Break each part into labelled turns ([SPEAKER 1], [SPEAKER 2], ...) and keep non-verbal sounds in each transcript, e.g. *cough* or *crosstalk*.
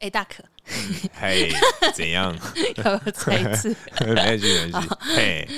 [SPEAKER 1] 哎、大可， *laughs*
[SPEAKER 2] 嘿，怎样？
[SPEAKER 1] 要不要再一
[SPEAKER 2] *laughs*
[SPEAKER 1] 次？
[SPEAKER 2] 没事没事，嘿，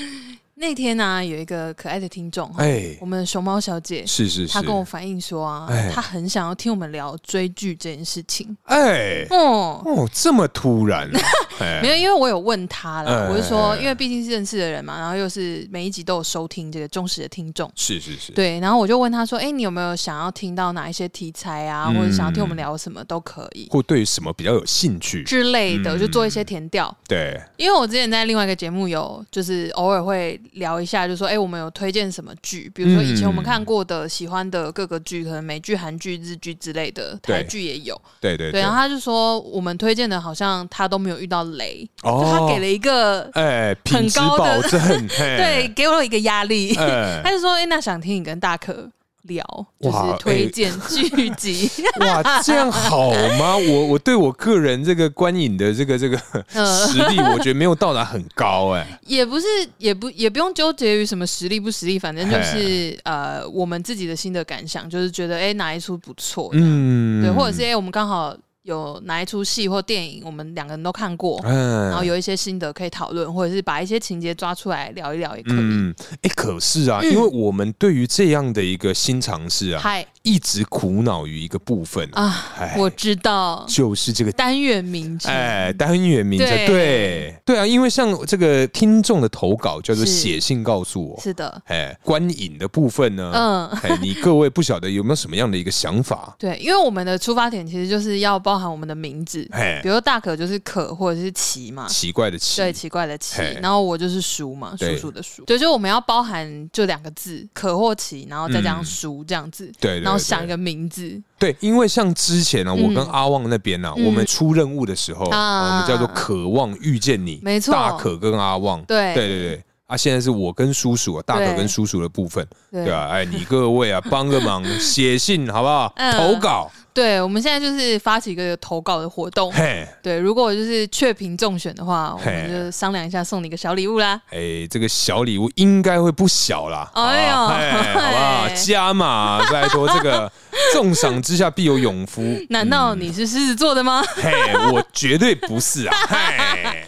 [SPEAKER 1] 那天呢、有一个可爱的听众，
[SPEAKER 2] 哎
[SPEAKER 1] 我，们的熊猫小姐，
[SPEAKER 2] 是是是
[SPEAKER 1] 她，跟我反映说啊
[SPEAKER 2] 哎，
[SPEAKER 1] 她很想要听我们聊追剧这件事情。
[SPEAKER 2] 哎，
[SPEAKER 1] 哦，
[SPEAKER 2] 哦，这么突然啊，哎
[SPEAKER 1] *laughs* 没有，因为我有问她
[SPEAKER 2] 哎
[SPEAKER 1] 了，我就说
[SPEAKER 2] 哎，哎
[SPEAKER 1] 因为毕竟是认识的人嘛，然后又是每一集都有收听这个忠实的听众。
[SPEAKER 2] 是是是，
[SPEAKER 1] 对，然后我就问她说：“哎，你有没有想要听到哪一些题材啊，
[SPEAKER 2] 嗯
[SPEAKER 1] 或者想要听我们聊什么都可以
[SPEAKER 2] 或对什么比较有兴趣？
[SPEAKER 1] 之类的？”
[SPEAKER 2] 嗯
[SPEAKER 1] 我就做一些填调，
[SPEAKER 2] 对，
[SPEAKER 1] 因为我之前在另外一个节目有，就是偶尔会聊一下，就说哎、诶我们有推荐什么剧，比如说以前我们看过的、喜欢的各个剧，可能美剧、韩剧、日剧之类的，
[SPEAKER 2] 对
[SPEAKER 1] 台剧也有。
[SPEAKER 2] 对对
[SPEAKER 1] 对，啊然后他就说我们推荐的好像他都没有遇到雷，就他给
[SPEAKER 2] 哦，
[SPEAKER 1] 了一个、
[SPEAKER 2] 哎，品
[SPEAKER 1] 很
[SPEAKER 2] 质
[SPEAKER 1] 高
[SPEAKER 2] 保
[SPEAKER 1] 的
[SPEAKER 2] 证，嘿
[SPEAKER 1] 对，， *laughs* 给我一个压力。他
[SPEAKER 2] 哎，
[SPEAKER 1] 就说哎、诶那想听你跟大可聊，就
[SPEAKER 2] 哇
[SPEAKER 1] 是推荐剧
[SPEAKER 2] *laughs*
[SPEAKER 1] 集，
[SPEAKER 2] 哇，这样好吗？我我对我个人这个观影的这
[SPEAKER 1] *laughs*
[SPEAKER 2] 个这个
[SPEAKER 1] 呃
[SPEAKER 2] 实力，我觉得没有到达很高，哎，
[SPEAKER 1] 也不是，也不也不用纠结于什么实力不实力，反正就是呃，我们自己的新的感想，就是觉得哎、诶哪一出不错，
[SPEAKER 2] 嗯，
[SPEAKER 1] *laughs* 对，或者是哎、诶我们刚好有哪一出戏或电影，我们两个人都看过，
[SPEAKER 2] 嗯，
[SPEAKER 1] 然后有一些心得可以讨论，或者是把一些情节抓出来聊一聊也可以。
[SPEAKER 2] 嗯，哎、可是啊，因为我们对于这样的一个新尝试啊，
[SPEAKER 1] 嗯嗨
[SPEAKER 2] 一直苦恼于一个部分啊，
[SPEAKER 1] 啊，
[SPEAKER 2] 哎
[SPEAKER 1] 我知道
[SPEAKER 2] 就是这个。
[SPEAKER 1] 单元名字，
[SPEAKER 2] 哎，单元名称
[SPEAKER 1] 对
[SPEAKER 2] 对对啊，因为像这个听众的投稿叫做
[SPEAKER 1] 是
[SPEAKER 2] 写信告诉我，
[SPEAKER 1] 是的，
[SPEAKER 2] 哎，观影的部分呢，
[SPEAKER 1] 嗯。
[SPEAKER 2] 哎，你各位不晓得有没有什么样的一个
[SPEAKER 1] *laughs*
[SPEAKER 2] 想法？
[SPEAKER 1] 对，因为我们的出发点其实就是要包含我们的名字，
[SPEAKER 2] 哎
[SPEAKER 1] 比，如大可就是可或者是奇嘛，
[SPEAKER 2] 奇怪的奇，
[SPEAKER 1] 对，奇怪的奇
[SPEAKER 2] 嘿，
[SPEAKER 1] 然后我就是叔嘛，
[SPEAKER 2] 对
[SPEAKER 1] 叔叔的叔，对，就我们要包含就两个字，可或奇，然后再加上叔这样子，
[SPEAKER 2] 嗯对对
[SPEAKER 1] 然后
[SPEAKER 2] 对
[SPEAKER 1] 想一个名字，
[SPEAKER 2] 对，因为像之前呢、啊，
[SPEAKER 1] 嗯
[SPEAKER 2] 我跟阿旺那边呢、啊，
[SPEAKER 1] 嗯
[SPEAKER 2] 我们出任务的时候，
[SPEAKER 1] 啊
[SPEAKER 2] 我们叫做渴望遇见你，
[SPEAKER 1] 没错
[SPEAKER 2] 大可跟阿旺，
[SPEAKER 1] 对
[SPEAKER 2] 对对对。啊，现在是我跟叔叔、啊，大可
[SPEAKER 1] 对
[SPEAKER 2] 跟叔叔的部分，
[SPEAKER 1] 对
[SPEAKER 2] 对吧、哎，你各位啊，帮个忙，写信好不好？
[SPEAKER 1] 嗯
[SPEAKER 2] 投稿，
[SPEAKER 1] 对我们现在就是发起一个投稿的活动，
[SPEAKER 2] 嘿，
[SPEAKER 1] *laughs* 对，如果就是确评中选的话，我
[SPEAKER 2] 嘿
[SPEAKER 1] 们就商量一下送你个小礼物啦。
[SPEAKER 2] 哎，这个小礼物应该会不小啦，
[SPEAKER 1] 哎呦
[SPEAKER 2] 好吧哎好不好？
[SPEAKER 1] 哎
[SPEAKER 2] 加码，拜托，这个重赏之下必有勇夫，
[SPEAKER 1] 难
[SPEAKER 2] 嗯
[SPEAKER 1] 道你是狮子座的吗？ *laughs*
[SPEAKER 2] 嘿，我绝对不是啊，嘿，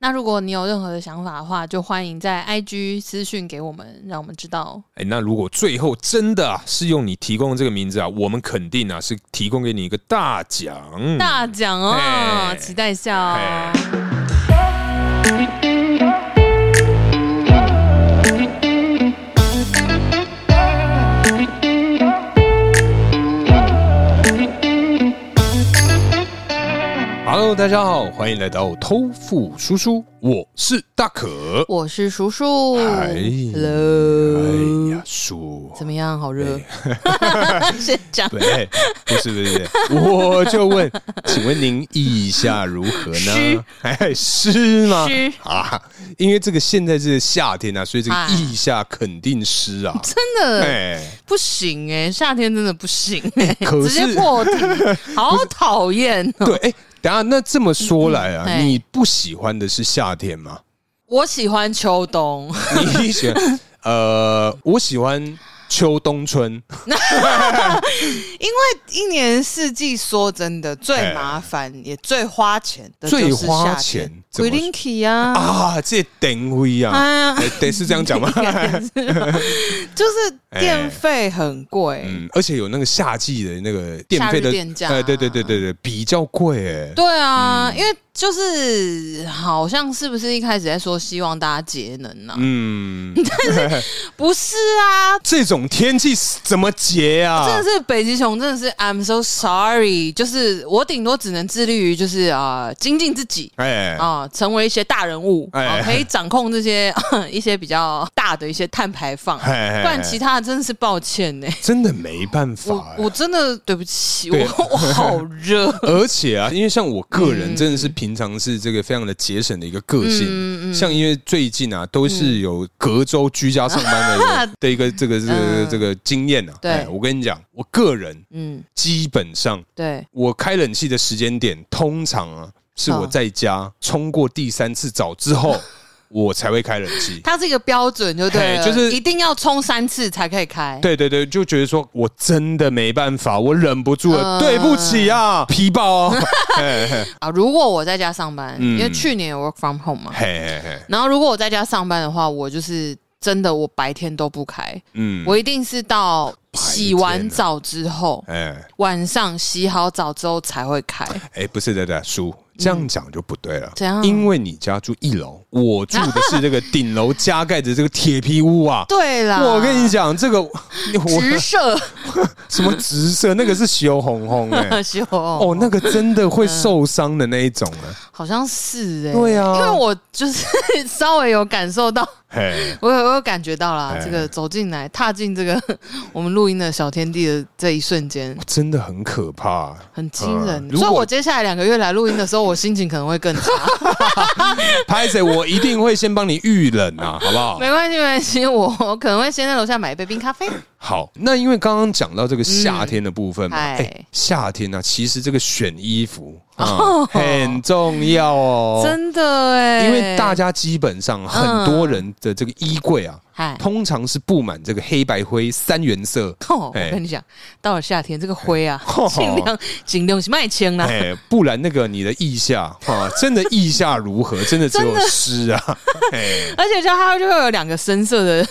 [SPEAKER 1] 那如果你有任何的想法的话，就欢迎在 IG 私讯给我们，让我们知道。
[SPEAKER 2] 哎，那如果最后真的、啊、是用你提供的这个名字啊，我们肯定啊是提供给你一个大奖。
[SPEAKER 1] 大奖哦，
[SPEAKER 2] 嗯嘿
[SPEAKER 1] 期待一下哦。
[SPEAKER 2] Hello，大家好，欢迎来到偷富叔叔，我是大可。
[SPEAKER 1] 我是叔叔
[SPEAKER 2] 哎
[SPEAKER 1] ，Hello，
[SPEAKER 2] 哎呀，叔，
[SPEAKER 1] 怎么样？好热， *laughs* 先讲。
[SPEAKER 2] 对，哎不是不是不是，我就问，请问您意下如何呢
[SPEAKER 1] 湿？
[SPEAKER 2] 哎，湿吗？
[SPEAKER 1] 湿
[SPEAKER 2] 啊，因为这个现在是夏天啊，所以这个
[SPEAKER 1] 啊
[SPEAKER 2] 意下肯定湿啊。
[SPEAKER 1] 真的
[SPEAKER 2] 哎，
[SPEAKER 1] 不行哎、夏天真的不行哎、
[SPEAKER 2] 可
[SPEAKER 1] 直接
[SPEAKER 2] 是
[SPEAKER 1] 破题，好讨厌哦、
[SPEAKER 2] 对，哎，等一下，那这么说来啊，
[SPEAKER 1] 哎
[SPEAKER 2] 你不喜欢的是夏天吗？ *laughs*
[SPEAKER 1] 我喜欢秋冬，
[SPEAKER 2] 你喜欢？呃，我喜欢秋冬春。
[SPEAKER 3] 因为一年四季，说真的，最
[SPEAKER 2] 哎
[SPEAKER 3] 麻烦也最花钱的
[SPEAKER 2] 最
[SPEAKER 3] 就是
[SPEAKER 2] 花
[SPEAKER 3] 夏
[SPEAKER 2] 钱
[SPEAKER 3] 天。
[SPEAKER 2] 怎么
[SPEAKER 3] 鬼灵体啊，
[SPEAKER 2] 啊，这等会啊，
[SPEAKER 3] 哎呀，
[SPEAKER 2] 哎得是这样讲吗？
[SPEAKER 3] 就是
[SPEAKER 2] 哎
[SPEAKER 3] 电费很贵。
[SPEAKER 2] 嗯，而且有那个夏季的那个电费
[SPEAKER 1] 夏
[SPEAKER 2] 的
[SPEAKER 1] 日电价
[SPEAKER 2] 哎对对对对对，比较贵哎、
[SPEAKER 1] 对啊，因为就是好像是不是一开始在说希望大家节能呢、啊？
[SPEAKER 2] 嗯，
[SPEAKER 1] 不是啊，
[SPEAKER 2] 这种天气怎么结啊
[SPEAKER 1] 真的？是北极熊，真的是 I'm so sorry，就是我顶多只能致力于就是啊、呃精进自己。
[SPEAKER 2] 哎、
[SPEAKER 1] 啊、成为一些大人物，啊、
[SPEAKER 2] 哎
[SPEAKER 1] 可以掌控这些 *laughs* 一些比较大的一些碳排放，
[SPEAKER 2] 哎哎哎
[SPEAKER 1] 不然其他的真的是抱歉呢、
[SPEAKER 2] 真的没办
[SPEAKER 1] 我
[SPEAKER 2] 法、
[SPEAKER 1] 我
[SPEAKER 2] 哎
[SPEAKER 1] 真的对不起，
[SPEAKER 2] 对
[SPEAKER 1] 我我好热，
[SPEAKER 2] 而且啊，因为像我个人
[SPEAKER 1] 嗯
[SPEAKER 2] 真的是平常是这个非常的节省的一个个性，
[SPEAKER 1] 嗯嗯
[SPEAKER 2] 像因为最近啊都是有隔周居家上班的
[SPEAKER 1] *laughs*
[SPEAKER 2] 一个的一个这个这个
[SPEAKER 1] 嗯
[SPEAKER 2] 这个经验啊。
[SPEAKER 1] 对
[SPEAKER 2] 哎我跟你讲，我个人
[SPEAKER 1] 嗯，
[SPEAKER 2] 基本上
[SPEAKER 1] 对，
[SPEAKER 2] 我开冷气的
[SPEAKER 1] 嗯 *laughs*
[SPEAKER 2] 时间点，通常啊是我在家冲过第三次澡之后，我才会开冷气。
[SPEAKER 1] 它是一个标准，就对了，
[SPEAKER 2] 嘿就是
[SPEAKER 1] 一定要冲三次才可以开。
[SPEAKER 2] 对对对，就觉得说我真的没办法，我忍不住
[SPEAKER 1] 嗯
[SPEAKER 2] 了，对不起
[SPEAKER 1] *laughs*
[SPEAKER 2] 啊，皮包、哦，嘿嘿
[SPEAKER 1] 啊，如果我在家上班，
[SPEAKER 2] 嗯
[SPEAKER 1] 因为去年有 work from home 嘛，
[SPEAKER 2] 嘿嘿嘿，
[SPEAKER 1] 然后如果我在家上班的话，我就是真的我白天都不开，
[SPEAKER 2] 嗯，
[SPEAKER 1] 我一定是到洗
[SPEAKER 2] 白天
[SPEAKER 1] 完
[SPEAKER 2] 啊
[SPEAKER 1] 澡之后，
[SPEAKER 2] 哎
[SPEAKER 1] 晚上洗好澡之后才会开。
[SPEAKER 2] 哎，不是的的叔，
[SPEAKER 1] 嗯
[SPEAKER 2] 这样讲就不对了。
[SPEAKER 1] 怎样
[SPEAKER 2] 因为你家住一楼，我住的是这个顶楼加盖的这个铁皮屋啊。
[SPEAKER 1] 对啦，
[SPEAKER 2] 我跟你讲，这个
[SPEAKER 1] 直
[SPEAKER 2] 我
[SPEAKER 1] 射
[SPEAKER 2] 什么直射，那个是羞红
[SPEAKER 1] *laughs*
[SPEAKER 2] 红 *laughs* 哎，
[SPEAKER 1] 修
[SPEAKER 2] 哦，那个真的会受伤的那一种
[SPEAKER 1] *laughs*
[SPEAKER 2] 啊。
[SPEAKER 1] 好像是哎、
[SPEAKER 2] 对啊
[SPEAKER 1] 因为我就是 *laughs* 稍微有感受到，
[SPEAKER 2] 嘿，
[SPEAKER 1] 我有我有感觉到啦
[SPEAKER 2] 哎，
[SPEAKER 1] 这个走进来踏进这个 *laughs* 我们录音的小天地的这一瞬间。
[SPEAKER 2] 真的很可怕。
[SPEAKER 1] 很惊
[SPEAKER 2] 嗯
[SPEAKER 1] 人，
[SPEAKER 2] 如
[SPEAKER 1] 所
[SPEAKER 2] 果
[SPEAKER 1] 以我接下来两个月来录音的时候，我心情可能会更
[SPEAKER 2] *laughs*
[SPEAKER 1] 差。
[SPEAKER 2] 拍谁，我一定会先帮你预冷
[SPEAKER 1] *laughs*
[SPEAKER 2] 啊，好不好？
[SPEAKER 1] 没关系，没关系，我我可能会先在楼下买一杯冰咖
[SPEAKER 2] *laughs*
[SPEAKER 1] 啡。
[SPEAKER 2] 好，那因为刚刚讲到这个夏天的部分嘛，
[SPEAKER 1] 嗯
[SPEAKER 2] 哎、
[SPEAKER 1] 嗨
[SPEAKER 2] 夏天呢、啊，其实这个选衣服啊、很重要
[SPEAKER 1] 哦
[SPEAKER 2] 哦，
[SPEAKER 1] 真的哎，
[SPEAKER 2] 因为大家基本上很多人的这个衣柜啊，
[SPEAKER 1] 嗨，
[SPEAKER 2] 通常是布满这个黑白灰三原色，
[SPEAKER 1] 哦，我
[SPEAKER 2] 哎
[SPEAKER 1] 跟你讲，到了夏天，这个灰啊
[SPEAKER 2] 哦，
[SPEAKER 1] 尽量尽量是卖清啦。
[SPEAKER 2] 哎、不然那个你的腋下啊，真的腋下如何，真的只有湿啊，哎、
[SPEAKER 1] 而且就它就会有两个深色
[SPEAKER 2] *laughs*
[SPEAKER 1] 的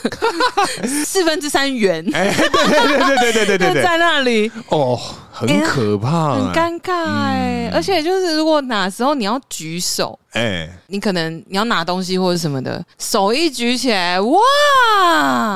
[SPEAKER 1] 四分之三圆
[SPEAKER 2] 哎、对对对对对对对
[SPEAKER 1] 就
[SPEAKER 2] 对，
[SPEAKER 1] 在那里，
[SPEAKER 2] 哦，很可怕、
[SPEAKER 1] 很
[SPEAKER 2] 哎
[SPEAKER 1] 尴尬哎。而且就是如果哪时候你要举手，
[SPEAKER 2] 哎、
[SPEAKER 1] 你可能你要拿东西或者什么的，手一举起来，哇！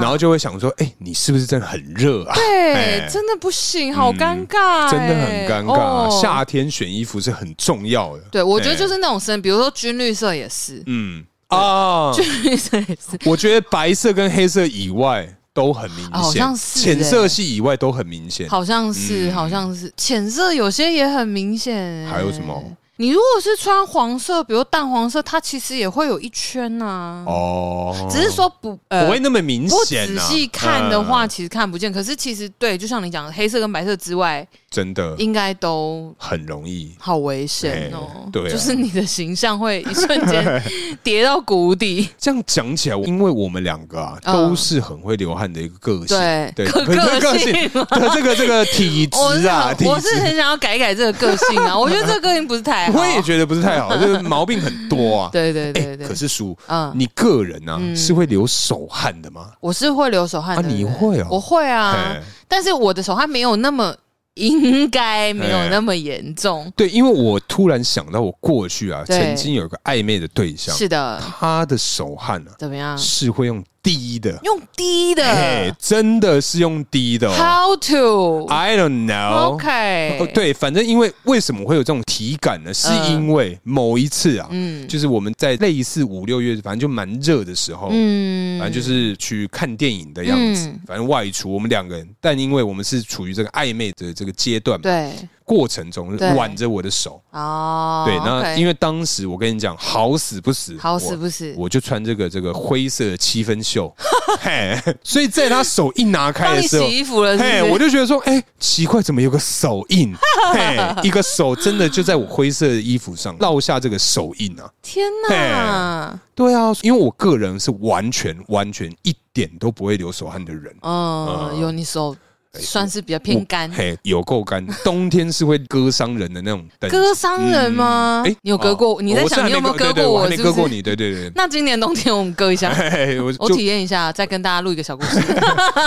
[SPEAKER 2] 然后就会想说，哎、你是不是真的很热啊？哎嗯
[SPEAKER 1] 对，真的不行，好尴尬、
[SPEAKER 2] 真的很尴尬、啊
[SPEAKER 1] 哎哦
[SPEAKER 2] 夏天选衣服是很重要的。
[SPEAKER 1] 对，我觉得
[SPEAKER 2] 哎
[SPEAKER 1] 就是那种深，比如说军绿色也是， *laughs*
[SPEAKER 2] 嗯啊，
[SPEAKER 1] 军绿色也是，
[SPEAKER 2] 我觉得白色跟黑色以外都很明显，
[SPEAKER 1] 好像是
[SPEAKER 2] 浅、
[SPEAKER 1] 哎
[SPEAKER 2] 色系以外都很明显。
[SPEAKER 1] 好像是，
[SPEAKER 2] 嗯
[SPEAKER 1] 好像是浅色，有些也很明显、哎
[SPEAKER 2] 还有什么？
[SPEAKER 1] 你如果是穿黄色，比如淡黄色，它其实也会有一圈呐、
[SPEAKER 2] 哦，
[SPEAKER 1] 只是说不呃
[SPEAKER 2] 不会那么明
[SPEAKER 1] 不
[SPEAKER 2] 显、啊。
[SPEAKER 1] 仔细看的话，
[SPEAKER 2] 嗯
[SPEAKER 1] 其实看不见。可是其实对，就像你讲，的，黑色跟白色之外，
[SPEAKER 2] 真的
[SPEAKER 1] 应该都
[SPEAKER 2] 很容易。
[SPEAKER 1] 好危险哦
[SPEAKER 2] 哎。对啊
[SPEAKER 1] 就是你的形象会一瞬间
[SPEAKER 2] *laughs*
[SPEAKER 1] 跌到谷底。
[SPEAKER 2] 这样讲起来，因为我们两个啊，
[SPEAKER 1] 嗯
[SPEAKER 2] 都是很会流汗的一个个性，
[SPEAKER 1] 对
[SPEAKER 2] 对，
[SPEAKER 1] 个
[SPEAKER 2] 不是
[SPEAKER 1] 个
[SPEAKER 2] 个性
[SPEAKER 1] 性
[SPEAKER 2] 的这个这个体
[SPEAKER 1] 我
[SPEAKER 2] 质
[SPEAKER 1] 是
[SPEAKER 2] 啊，体
[SPEAKER 1] 很我是
[SPEAKER 2] 质
[SPEAKER 1] 很想要改改这个个性
[SPEAKER 2] *laughs*
[SPEAKER 1] 啊，我觉得这个个性不是太好。
[SPEAKER 2] 我也觉得不是
[SPEAKER 1] *laughs*
[SPEAKER 2] 太好，就是毛病很多啊。
[SPEAKER 1] 对对
[SPEAKER 2] 哎
[SPEAKER 1] 对对，
[SPEAKER 2] 可是叔，
[SPEAKER 1] 嗯，
[SPEAKER 2] 你个人啊
[SPEAKER 1] 嗯
[SPEAKER 2] 是会流手汗的吗？
[SPEAKER 1] 我是会流手汗的
[SPEAKER 2] 啊
[SPEAKER 1] 人，
[SPEAKER 2] 你会哦
[SPEAKER 1] 我会啊
[SPEAKER 2] 哎，，
[SPEAKER 1] 但是我的手汗没有那么，应该没有那么严重。
[SPEAKER 2] 对，因为我突然想到，我过去啊
[SPEAKER 1] 对
[SPEAKER 2] 曾经有一个暧昧的对象，
[SPEAKER 1] 是的，
[SPEAKER 2] 他的手汗啊
[SPEAKER 1] 怎么样？
[SPEAKER 2] 是会用滴的，
[SPEAKER 1] 用滴
[SPEAKER 2] 哎
[SPEAKER 1] 的，
[SPEAKER 2] 真的是用滴的哦。
[SPEAKER 1] ，How to？
[SPEAKER 2] I don't know。哦，
[SPEAKER 1] OK，，
[SPEAKER 2] 对，反正因为为什么会有这种体感呢？是因为某一次啊，
[SPEAKER 1] 嗯
[SPEAKER 2] 就是我们在类似五六月，反正就蛮热的时候，
[SPEAKER 1] 嗯
[SPEAKER 2] 反正就是去看电影的样子，
[SPEAKER 1] 嗯
[SPEAKER 2] 反正外出我们两个人，但因为我们是处于这个暧昧的这个阶段嘛，
[SPEAKER 1] 对
[SPEAKER 2] 过程中
[SPEAKER 1] 对
[SPEAKER 2] 挽着我的手，
[SPEAKER 1] 哦，
[SPEAKER 2] 对，那
[SPEAKER 1] OK
[SPEAKER 2] 因为当时我跟你讲，好死不死，
[SPEAKER 1] 好死不
[SPEAKER 2] 我
[SPEAKER 1] 死，
[SPEAKER 2] 我就穿这个这个灰色七分袖，嘿，所以在他手一拿开
[SPEAKER 1] 帮
[SPEAKER 2] 的
[SPEAKER 1] 你
[SPEAKER 2] 时候
[SPEAKER 1] 洗。衣服了，是不
[SPEAKER 2] 嘿，
[SPEAKER 1] 是
[SPEAKER 2] 我就觉得说，哎、奇怪，怎么有个手
[SPEAKER 1] *laughs*
[SPEAKER 2] 印？嘿，一个手真的就在我灰色的衣服上烙下这个手印啊！
[SPEAKER 1] 天哪，
[SPEAKER 2] 对啊，因为我个人是完全完全一点都不会流手汗的人，
[SPEAKER 1] 嗯，有你手算是比较偏干
[SPEAKER 2] 呃我，嘿，有
[SPEAKER 1] *laughs*
[SPEAKER 2] 够干。冬天是会割伤人的那种等级。
[SPEAKER 1] 割伤人吗？
[SPEAKER 2] 哎
[SPEAKER 1] 你有割过？你在
[SPEAKER 2] 我是还
[SPEAKER 1] 想你有没有
[SPEAKER 2] 没对
[SPEAKER 1] 割
[SPEAKER 2] 对
[SPEAKER 1] 过
[SPEAKER 2] 我？还没
[SPEAKER 1] 是
[SPEAKER 2] 割
[SPEAKER 1] 不
[SPEAKER 2] 过
[SPEAKER 1] 是？
[SPEAKER 2] 你，对对
[SPEAKER 1] *laughs*
[SPEAKER 2] 对。
[SPEAKER 1] 那今年冬天我们割一下，
[SPEAKER 2] 嘿嘿，我
[SPEAKER 1] *laughs* 我
[SPEAKER 2] 就
[SPEAKER 1] 体验一下，再跟大家录一个小故
[SPEAKER 2] *laughs*
[SPEAKER 1] 事。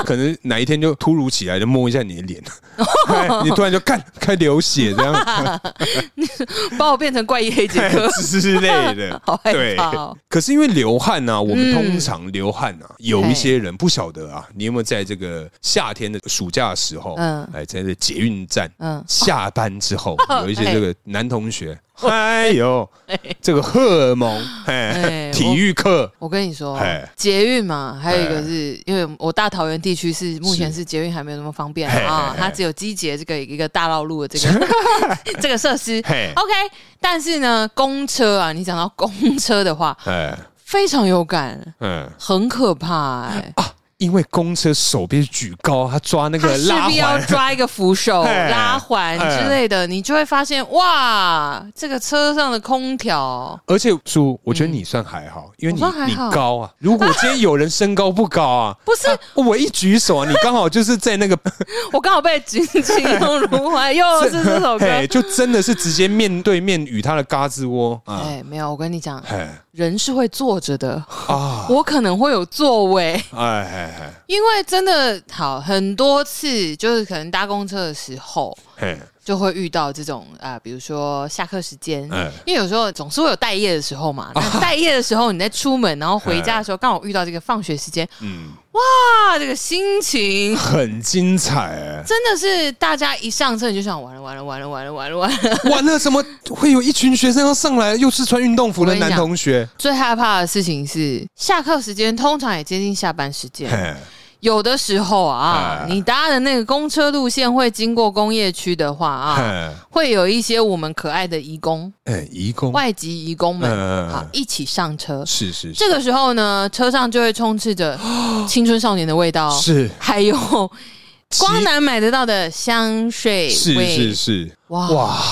[SPEAKER 2] 可能哪一天就突如其来就摸一下你的脸，
[SPEAKER 1] *laughs*
[SPEAKER 2] 嘿你突然就看开流血这样
[SPEAKER 1] 把我变成怪异黑杰克，
[SPEAKER 2] *laughs* 之类的，
[SPEAKER 1] *laughs* 好害
[SPEAKER 2] 对
[SPEAKER 1] 怕哦。
[SPEAKER 2] 可是因为流汗呢、啊，我们
[SPEAKER 1] 嗯
[SPEAKER 2] 通常流汗啊，有一些人不晓得啊，你有没有在这个夏天的暑假的时候，
[SPEAKER 1] 嗯
[SPEAKER 2] 哎，在这捷运站
[SPEAKER 1] 嗯，
[SPEAKER 2] 下班
[SPEAKER 1] *laughs*
[SPEAKER 2] 之后，
[SPEAKER 1] 哦
[SPEAKER 2] 有一些这个男
[SPEAKER 1] *laughs*
[SPEAKER 2] 同学，哎呦，这个荷尔蒙，哎，
[SPEAKER 1] 哎
[SPEAKER 2] 体育课，
[SPEAKER 1] 我跟你说
[SPEAKER 2] 嘿，
[SPEAKER 1] 捷运嘛，还有一
[SPEAKER 2] 嘿
[SPEAKER 1] 个是因为我大桃园地区是目前是捷运还没有那么方便
[SPEAKER 2] 嘿嘿
[SPEAKER 1] 啊
[SPEAKER 2] 嘿，
[SPEAKER 1] 它只有机捷这个一个大道路的这
[SPEAKER 2] *laughs*
[SPEAKER 1] 个这个设施。
[SPEAKER 2] 嘿，
[SPEAKER 1] OK，但是呢，公车啊，你讲到公车的话，
[SPEAKER 2] 哎，
[SPEAKER 1] 非常有感，
[SPEAKER 2] 嗯， *laughs*
[SPEAKER 1] 很可怕哎。
[SPEAKER 2] 啊，因为公车手被举高，他抓那
[SPEAKER 1] 他
[SPEAKER 2] 个
[SPEAKER 1] 势
[SPEAKER 2] 拉
[SPEAKER 1] 必要
[SPEAKER 2] 环，哎
[SPEAKER 1] 抓一个扶
[SPEAKER 2] *laughs*
[SPEAKER 1] 手、
[SPEAKER 2] 嘿
[SPEAKER 1] 拉环之类的，你就会发现哇，这个车上的空调
[SPEAKER 2] 而且叔，我觉得你算还好，因为你
[SPEAKER 1] 嗯我算还
[SPEAKER 2] 你
[SPEAKER 1] 好，
[SPEAKER 2] 高啊。如果今天有人身高不高啊
[SPEAKER 1] 不
[SPEAKER 2] *laughs*
[SPEAKER 1] 是、
[SPEAKER 2] 我一举手啊，你刚好就是
[SPEAKER 1] *laughs*
[SPEAKER 2] 在那个，
[SPEAKER 1] 我刚好被紧紧拥入
[SPEAKER 2] *laughs*
[SPEAKER 1] 怀，又哦是这首歌。
[SPEAKER 2] 嘿，就真的是直接面对面与他的嘎吱窝啊，
[SPEAKER 1] 哎，没有，我跟你讲，
[SPEAKER 2] 嘿哎
[SPEAKER 1] 人是会坐着的，
[SPEAKER 2] 啊，
[SPEAKER 1] 我可能会有座位，
[SPEAKER 2] 哎哎
[SPEAKER 1] 因为真的好很多次，就是可能搭公车的时候。
[SPEAKER 2] 哎嘿，
[SPEAKER 1] 就会遇到这种啊、呃比如说下课时间，
[SPEAKER 2] 哎
[SPEAKER 1] 因为有时候总是会有待业的时候
[SPEAKER 2] *laughs*
[SPEAKER 1] 嘛。那待业的时候，你在出门然后回家的时候，刚好遇到这个放学时
[SPEAKER 2] *laughs*
[SPEAKER 1] 间，
[SPEAKER 2] 嗯，
[SPEAKER 1] 哇，这个心情
[SPEAKER 2] 很精彩哎
[SPEAKER 1] 真的是大家一上车你就想完了完了完了完了完了完了。 *laughs*
[SPEAKER 2] 哎！完了，怎么会有一群学生要上来，又是穿运动服的男同学？
[SPEAKER 1] 最害怕的事情是下课时间通常也接近下班时间，
[SPEAKER 2] 嘿，
[SPEAKER 1] 有的时候啊，
[SPEAKER 2] 哎
[SPEAKER 1] 你搭的那个公车路线会经过工业区的话啊，
[SPEAKER 2] 嘿，
[SPEAKER 1] 会有一些我们可爱的移工、
[SPEAKER 2] 哎，移工，
[SPEAKER 1] 外籍移工们，
[SPEAKER 2] 嗯
[SPEAKER 1] 好一起上车。
[SPEAKER 2] 是是是
[SPEAKER 1] 这个时候呢，车上就会充斥
[SPEAKER 2] *gasps*
[SPEAKER 1] 着青春少年的味道，
[SPEAKER 2] 是
[SPEAKER 1] 还有哦光
[SPEAKER 2] 其
[SPEAKER 1] 南买得到的香水
[SPEAKER 2] 是
[SPEAKER 1] 味。
[SPEAKER 2] 是是，
[SPEAKER 1] 哇
[SPEAKER 2] 哇，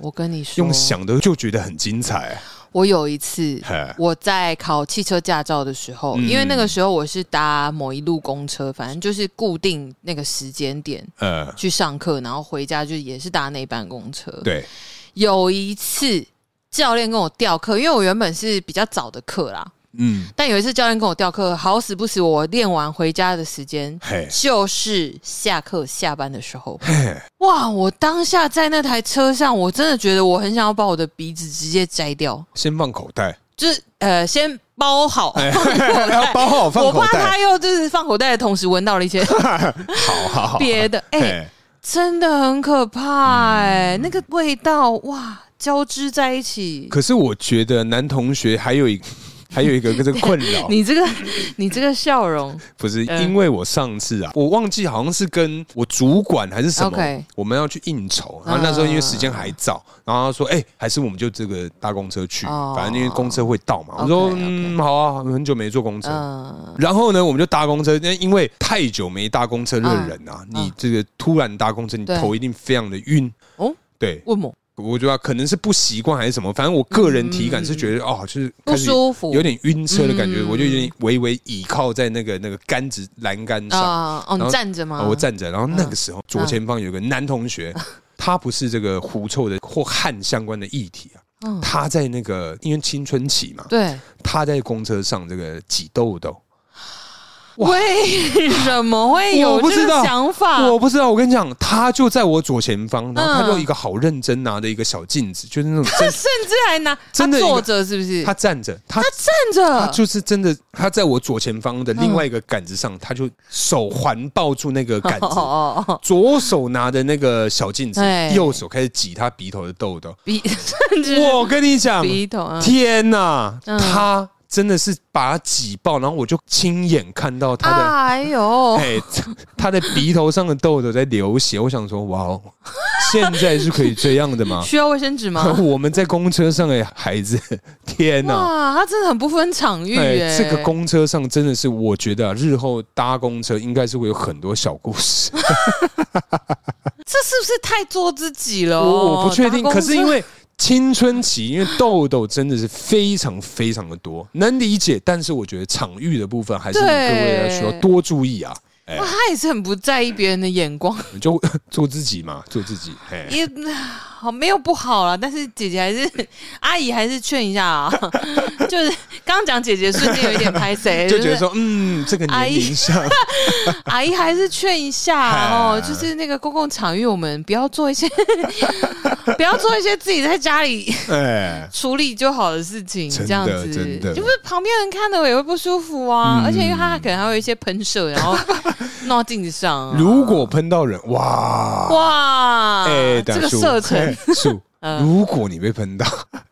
[SPEAKER 1] 我跟你说，
[SPEAKER 2] 用想的就觉得很精彩，
[SPEAKER 1] 我有一次
[SPEAKER 2] 嘿
[SPEAKER 1] 我在考汽车驾照的时候，
[SPEAKER 2] 嗯
[SPEAKER 1] 因为那个时候我是搭某一路公车，反正就是固定那个时间点
[SPEAKER 2] 呃，
[SPEAKER 1] 去上课，然后回家就也是搭那班公车。，
[SPEAKER 2] 对，
[SPEAKER 1] 有一次教练跟我调课，因为我原本是比较早的课啦，
[SPEAKER 2] 嗯，
[SPEAKER 1] 但有一次教练跟我调课，好死不死，我练完回家的时间
[SPEAKER 2] 嘿，
[SPEAKER 1] 就是下课下班的时候。
[SPEAKER 2] 嘿，
[SPEAKER 1] 哇！我当下在那台车上，我真的觉得我很想要把我的鼻子直接摘掉，
[SPEAKER 2] 先放口袋，
[SPEAKER 1] 就是呃，先包好， *laughs*
[SPEAKER 2] 要包好哎放
[SPEAKER 1] 我
[SPEAKER 2] 口
[SPEAKER 1] 怕他
[SPEAKER 2] 袋，
[SPEAKER 1] 又就是放口袋的同时闻到了一些
[SPEAKER 2] 好好好，
[SPEAKER 1] 别的，哎、
[SPEAKER 2] 嘿，
[SPEAKER 1] 真的很可怕哎、那个味道哇，交织在一起。
[SPEAKER 2] 嗯可是我觉得男同学还有一 *laughs* 还有一个这个困
[SPEAKER 1] *laughs*
[SPEAKER 2] 扰，
[SPEAKER 1] 你这个，你这个笑容，
[SPEAKER 2] 不是
[SPEAKER 1] 嗯
[SPEAKER 2] 因为我上次啊，我忘记好像是跟我主管还是什么
[SPEAKER 1] OK 啊
[SPEAKER 2] 我们要去应酬，然后那时候因为时间还早，然后他说，哎、还是我们就这个搭公车去，
[SPEAKER 1] 哦
[SPEAKER 2] 反正因为公车会到嘛。我说
[SPEAKER 1] OK，OK
[SPEAKER 2] 嗯，好啊，很久没坐公车。
[SPEAKER 1] 嗯，
[SPEAKER 2] 然后呢，我们就搭公车，那因为太久没搭公车的人啊，
[SPEAKER 1] 嗯
[SPEAKER 2] 你这个突然搭公车，你
[SPEAKER 1] 对
[SPEAKER 2] 头一定非常的晕。
[SPEAKER 1] 哦，
[SPEAKER 2] 对，
[SPEAKER 1] 问我
[SPEAKER 2] 我觉得可能是不习惯还是什么，反正我个人体感是觉得、哦，就是
[SPEAKER 1] 嗯不
[SPEAKER 2] 开始
[SPEAKER 1] 舒服
[SPEAKER 2] 有点晕车的感觉，
[SPEAKER 1] 嗯
[SPEAKER 2] 我就有点微微倚靠在那个那个杆子栏杆上、
[SPEAKER 1] 啊、哦，
[SPEAKER 2] 然
[SPEAKER 1] 你
[SPEAKER 2] 后
[SPEAKER 1] 站着吗？
[SPEAKER 2] 啊我。站着，然后那个时候、左前方有个男同学，
[SPEAKER 1] 啊
[SPEAKER 2] 他不是这个狐臭的或汗相关的议题啊，
[SPEAKER 1] 嗯，
[SPEAKER 2] 他在那个因为青春期嘛，
[SPEAKER 1] 对，
[SPEAKER 2] 他在公车上这个挤痘痘，哇
[SPEAKER 1] 为什么会有
[SPEAKER 2] 我不
[SPEAKER 1] 这
[SPEAKER 2] 知道
[SPEAKER 1] 个想法？
[SPEAKER 2] 我不知道，我跟你讲，他就在我左前方，然后他就
[SPEAKER 1] 啊嗯
[SPEAKER 2] 一个好认真拿的一个小镜子，就是那种
[SPEAKER 1] *laughs*
[SPEAKER 2] 真
[SPEAKER 1] 甚至还拿
[SPEAKER 2] 真的
[SPEAKER 1] 他
[SPEAKER 2] 一
[SPEAKER 1] 坐
[SPEAKER 2] 个
[SPEAKER 1] 着，是不是？
[SPEAKER 2] 他站着，他
[SPEAKER 1] 站
[SPEAKER 2] 他
[SPEAKER 1] 着，
[SPEAKER 2] 啊就是真的，他在我左前方的
[SPEAKER 1] 嗯
[SPEAKER 2] 另外一个杆子上，他就手环抱住那个杆子
[SPEAKER 1] 哦，哦哦，
[SPEAKER 2] 左手拿着那个小镜子
[SPEAKER 1] 哎，
[SPEAKER 2] 右手开始挤他鼻头的痘痘。
[SPEAKER 1] *laughs* 鼻甚至
[SPEAKER 2] 我跟你讲，
[SPEAKER 1] 鼻头啊，
[SPEAKER 2] 天哪，
[SPEAKER 1] 嗯
[SPEAKER 2] 他真的是把他挤爆，然后我就亲眼看到他的。
[SPEAKER 1] 哎呦，
[SPEAKER 2] 哎，他的鼻头上的痘痘在流血，我想说，哇哦，现在是可以这样的
[SPEAKER 1] *laughs*
[SPEAKER 2] 吗？
[SPEAKER 1] 需要卫生纸
[SPEAKER 2] *laughs*
[SPEAKER 1] 吗？
[SPEAKER 2] 我们在公车上哎，孩子，天哪！
[SPEAKER 1] 哇，他真的很不分场域哎、
[SPEAKER 2] 这个公车上真的是，我觉得、啊、日后搭公车应该是会有很多小故
[SPEAKER 1] *laughs*
[SPEAKER 2] 事。
[SPEAKER 1] 这是不是太做自己了？
[SPEAKER 2] 我我不确定，
[SPEAKER 1] 哦搭公
[SPEAKER 2] 可
[SPEAKER 1] 车
[SPEAKER 2] 是因为青春期，因为痘痘真的是非常非常的多，能理解。但是我觉得场域的部分还是各
[SPEAKER 1] 对
[SPEAKER 2] 位要需要多注
[SPEAKER 1] *laughs*
[SPEAKER 2] 意啊，
[SPEAKER 1] 哇，他也是很不在意别人的眼光，
[SPEAKER 2] 你就 *laughs* 做自己嘛，做自己。嘿
[SPEAKER 1] *laughs* 也好没有不好啦。但是姐姐还是 *laughs* 阿姨还是劝一下啊， *laughs* 就是刚刚讲姐姐瞬间有一点拍
[SPEAKER 2] *laughs*
[SPEAKER 1] 谁，
[SPEAKER 2] 就觉得说，嗯，这个
[SPEAKER 1] 阿
[SPEAKER 2] 年
[SPEAKER 1] 姨 *laughs*
[SPEAKER 2] 龄上，
[SPEAKER 1] 是阿姨还是劝一下哦，
[SPEAKER 2] 嗨
[SPEAKER 1] 就是那个公共场域，我们不要做一些 *laughs* 不要做一些自己在家里
[SPEAKER 2] 哎，
[SPEAKER 1] 处理就好的事情，
[SPEAKER 2] 真的
[SPEAKER 1] 这样子，
[SPEAKER 2] 真的
[SPEAKER 1] 就是旁边人看的我也会不舒服啊，
[SPEAKER 2] 嗯
[SPEAKER 1] 而且因为他可能还有一些喷射，然
[SPEAKER 2] *laughs*
[SPEAKER 1] 后弄到镜子上、啊，
[SPEAKER 2] 如果喷到人，哇，
[SPEAKER 1] 哇，这
[SPEAKER 2] 哎、等
[SPEAKER 1] 个
[SPEAKER 2] 下
[SPEAKER 1] 射程，
[SPEAKER 2] 树树
[SPEAKER 1] *laughs* 嗯
[SPEAKER 2] 如果你被喷到，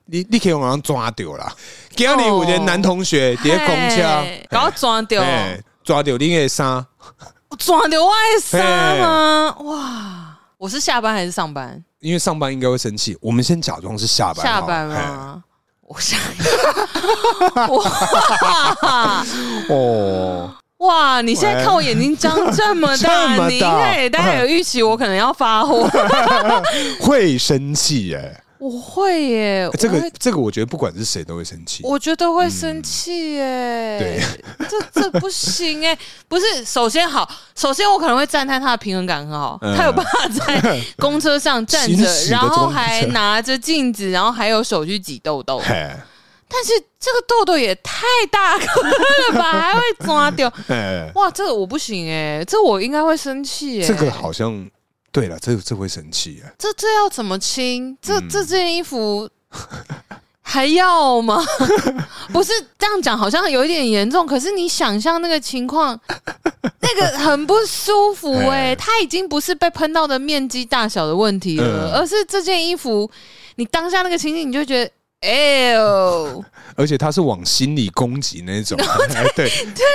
[SPEAKER 2] 你你可以往上抓掉啦。今日有一个男同学在公车
[SPEAKER 1] 嘿，搞抓掉，
[SPEAKER 2] 哎抓掉你的衫，
[SPEAKER 1] 抓掉外伤吗？啊
[SPEAKER 2] 哎
[SPEAKER 1] 哇，我是下班还是上班？
[SPEAKER 2] 因为上班应该会生气。我们先假装是下班好了，
[SPEAKER 1] 下班
[SPEAKER 2] 哎
[SPEAKER 1] 吗？我下，哇
[SPEAKER 2] 哦，
[SPEAKER 1] 哇！你现在看我眼睛张这么
[SPEAKER 2] *laughs* 这
[SPEAKER 1] 大，
[SPEAKER 2] 么大
[SPEAKER 1] 你应该也大概有预期，我可能要发火。
[SPEAKER 2] 会生气耶、
[SPEAKER 1] 我会耶，
[SPEAKER 2] 哎这
[SPEAKER 1] 我
[SPEAKER 2] 个嗯
[SPEAKER 1] 会
[SPEAKER 2] 这个，我觉得不管是谁都会生气。
[SPEAKER 1] 我觉得会生气耶。对， *laughs* 这这不行哎，不是。首先好，首先我可能会赞叹他的平衡感很好，
[SPEAKER 2] 嗯
[SPEAKER 1] 他有办法在公车上站
[SPEAKER 2] 行
[SPEAKER 1] 着
[SPEAKER 2] 驶，的
[SPEAKER 1] 然
[SPEAKER 2] 中
[SPEAKER 1] 后
[SPEAKER 2] 间
[SPEAKER 1] 还拿着镜子，然后还有手去挤痘
[SPEAKER 2] *laughs*
[SPEAKER 1] 痘。
[SPEAKER 2] 嘿，
[SPEAKER 1] 但是这个痘痘也太大颗了吧，还会抓掉。
[SPEAKER 2] 嘿，
[SPEAKER 1] 哇，这个我不行哎、这我应该会生气哎、
[SPEAKER 2] 这个，好像对了，这这会生气耶、
[SPEAKER 1] 这这要怎么清？这、
[SPEAKER 2] 嗯
[SPEAKER 1] 这件衣服还要吗？ *laughs* 不是这样讲，好像有一点严重。可是你想象那个情况，那个很不舒服哎、
[SPEAKER 2] 哎
[SPEAKER 1] 它已经不是被喷到的面积大小的问题了，
[SPEAKER 2] 嗯
[SPEAKER 1] 而是这件衣服，你当下那个情景，你就觉得。哎呦，
[SPEAKER 2] 而且他是往心里攻击那
[SPEAKER 1] *laughs*
[SPEAKER 2] 种，哎对，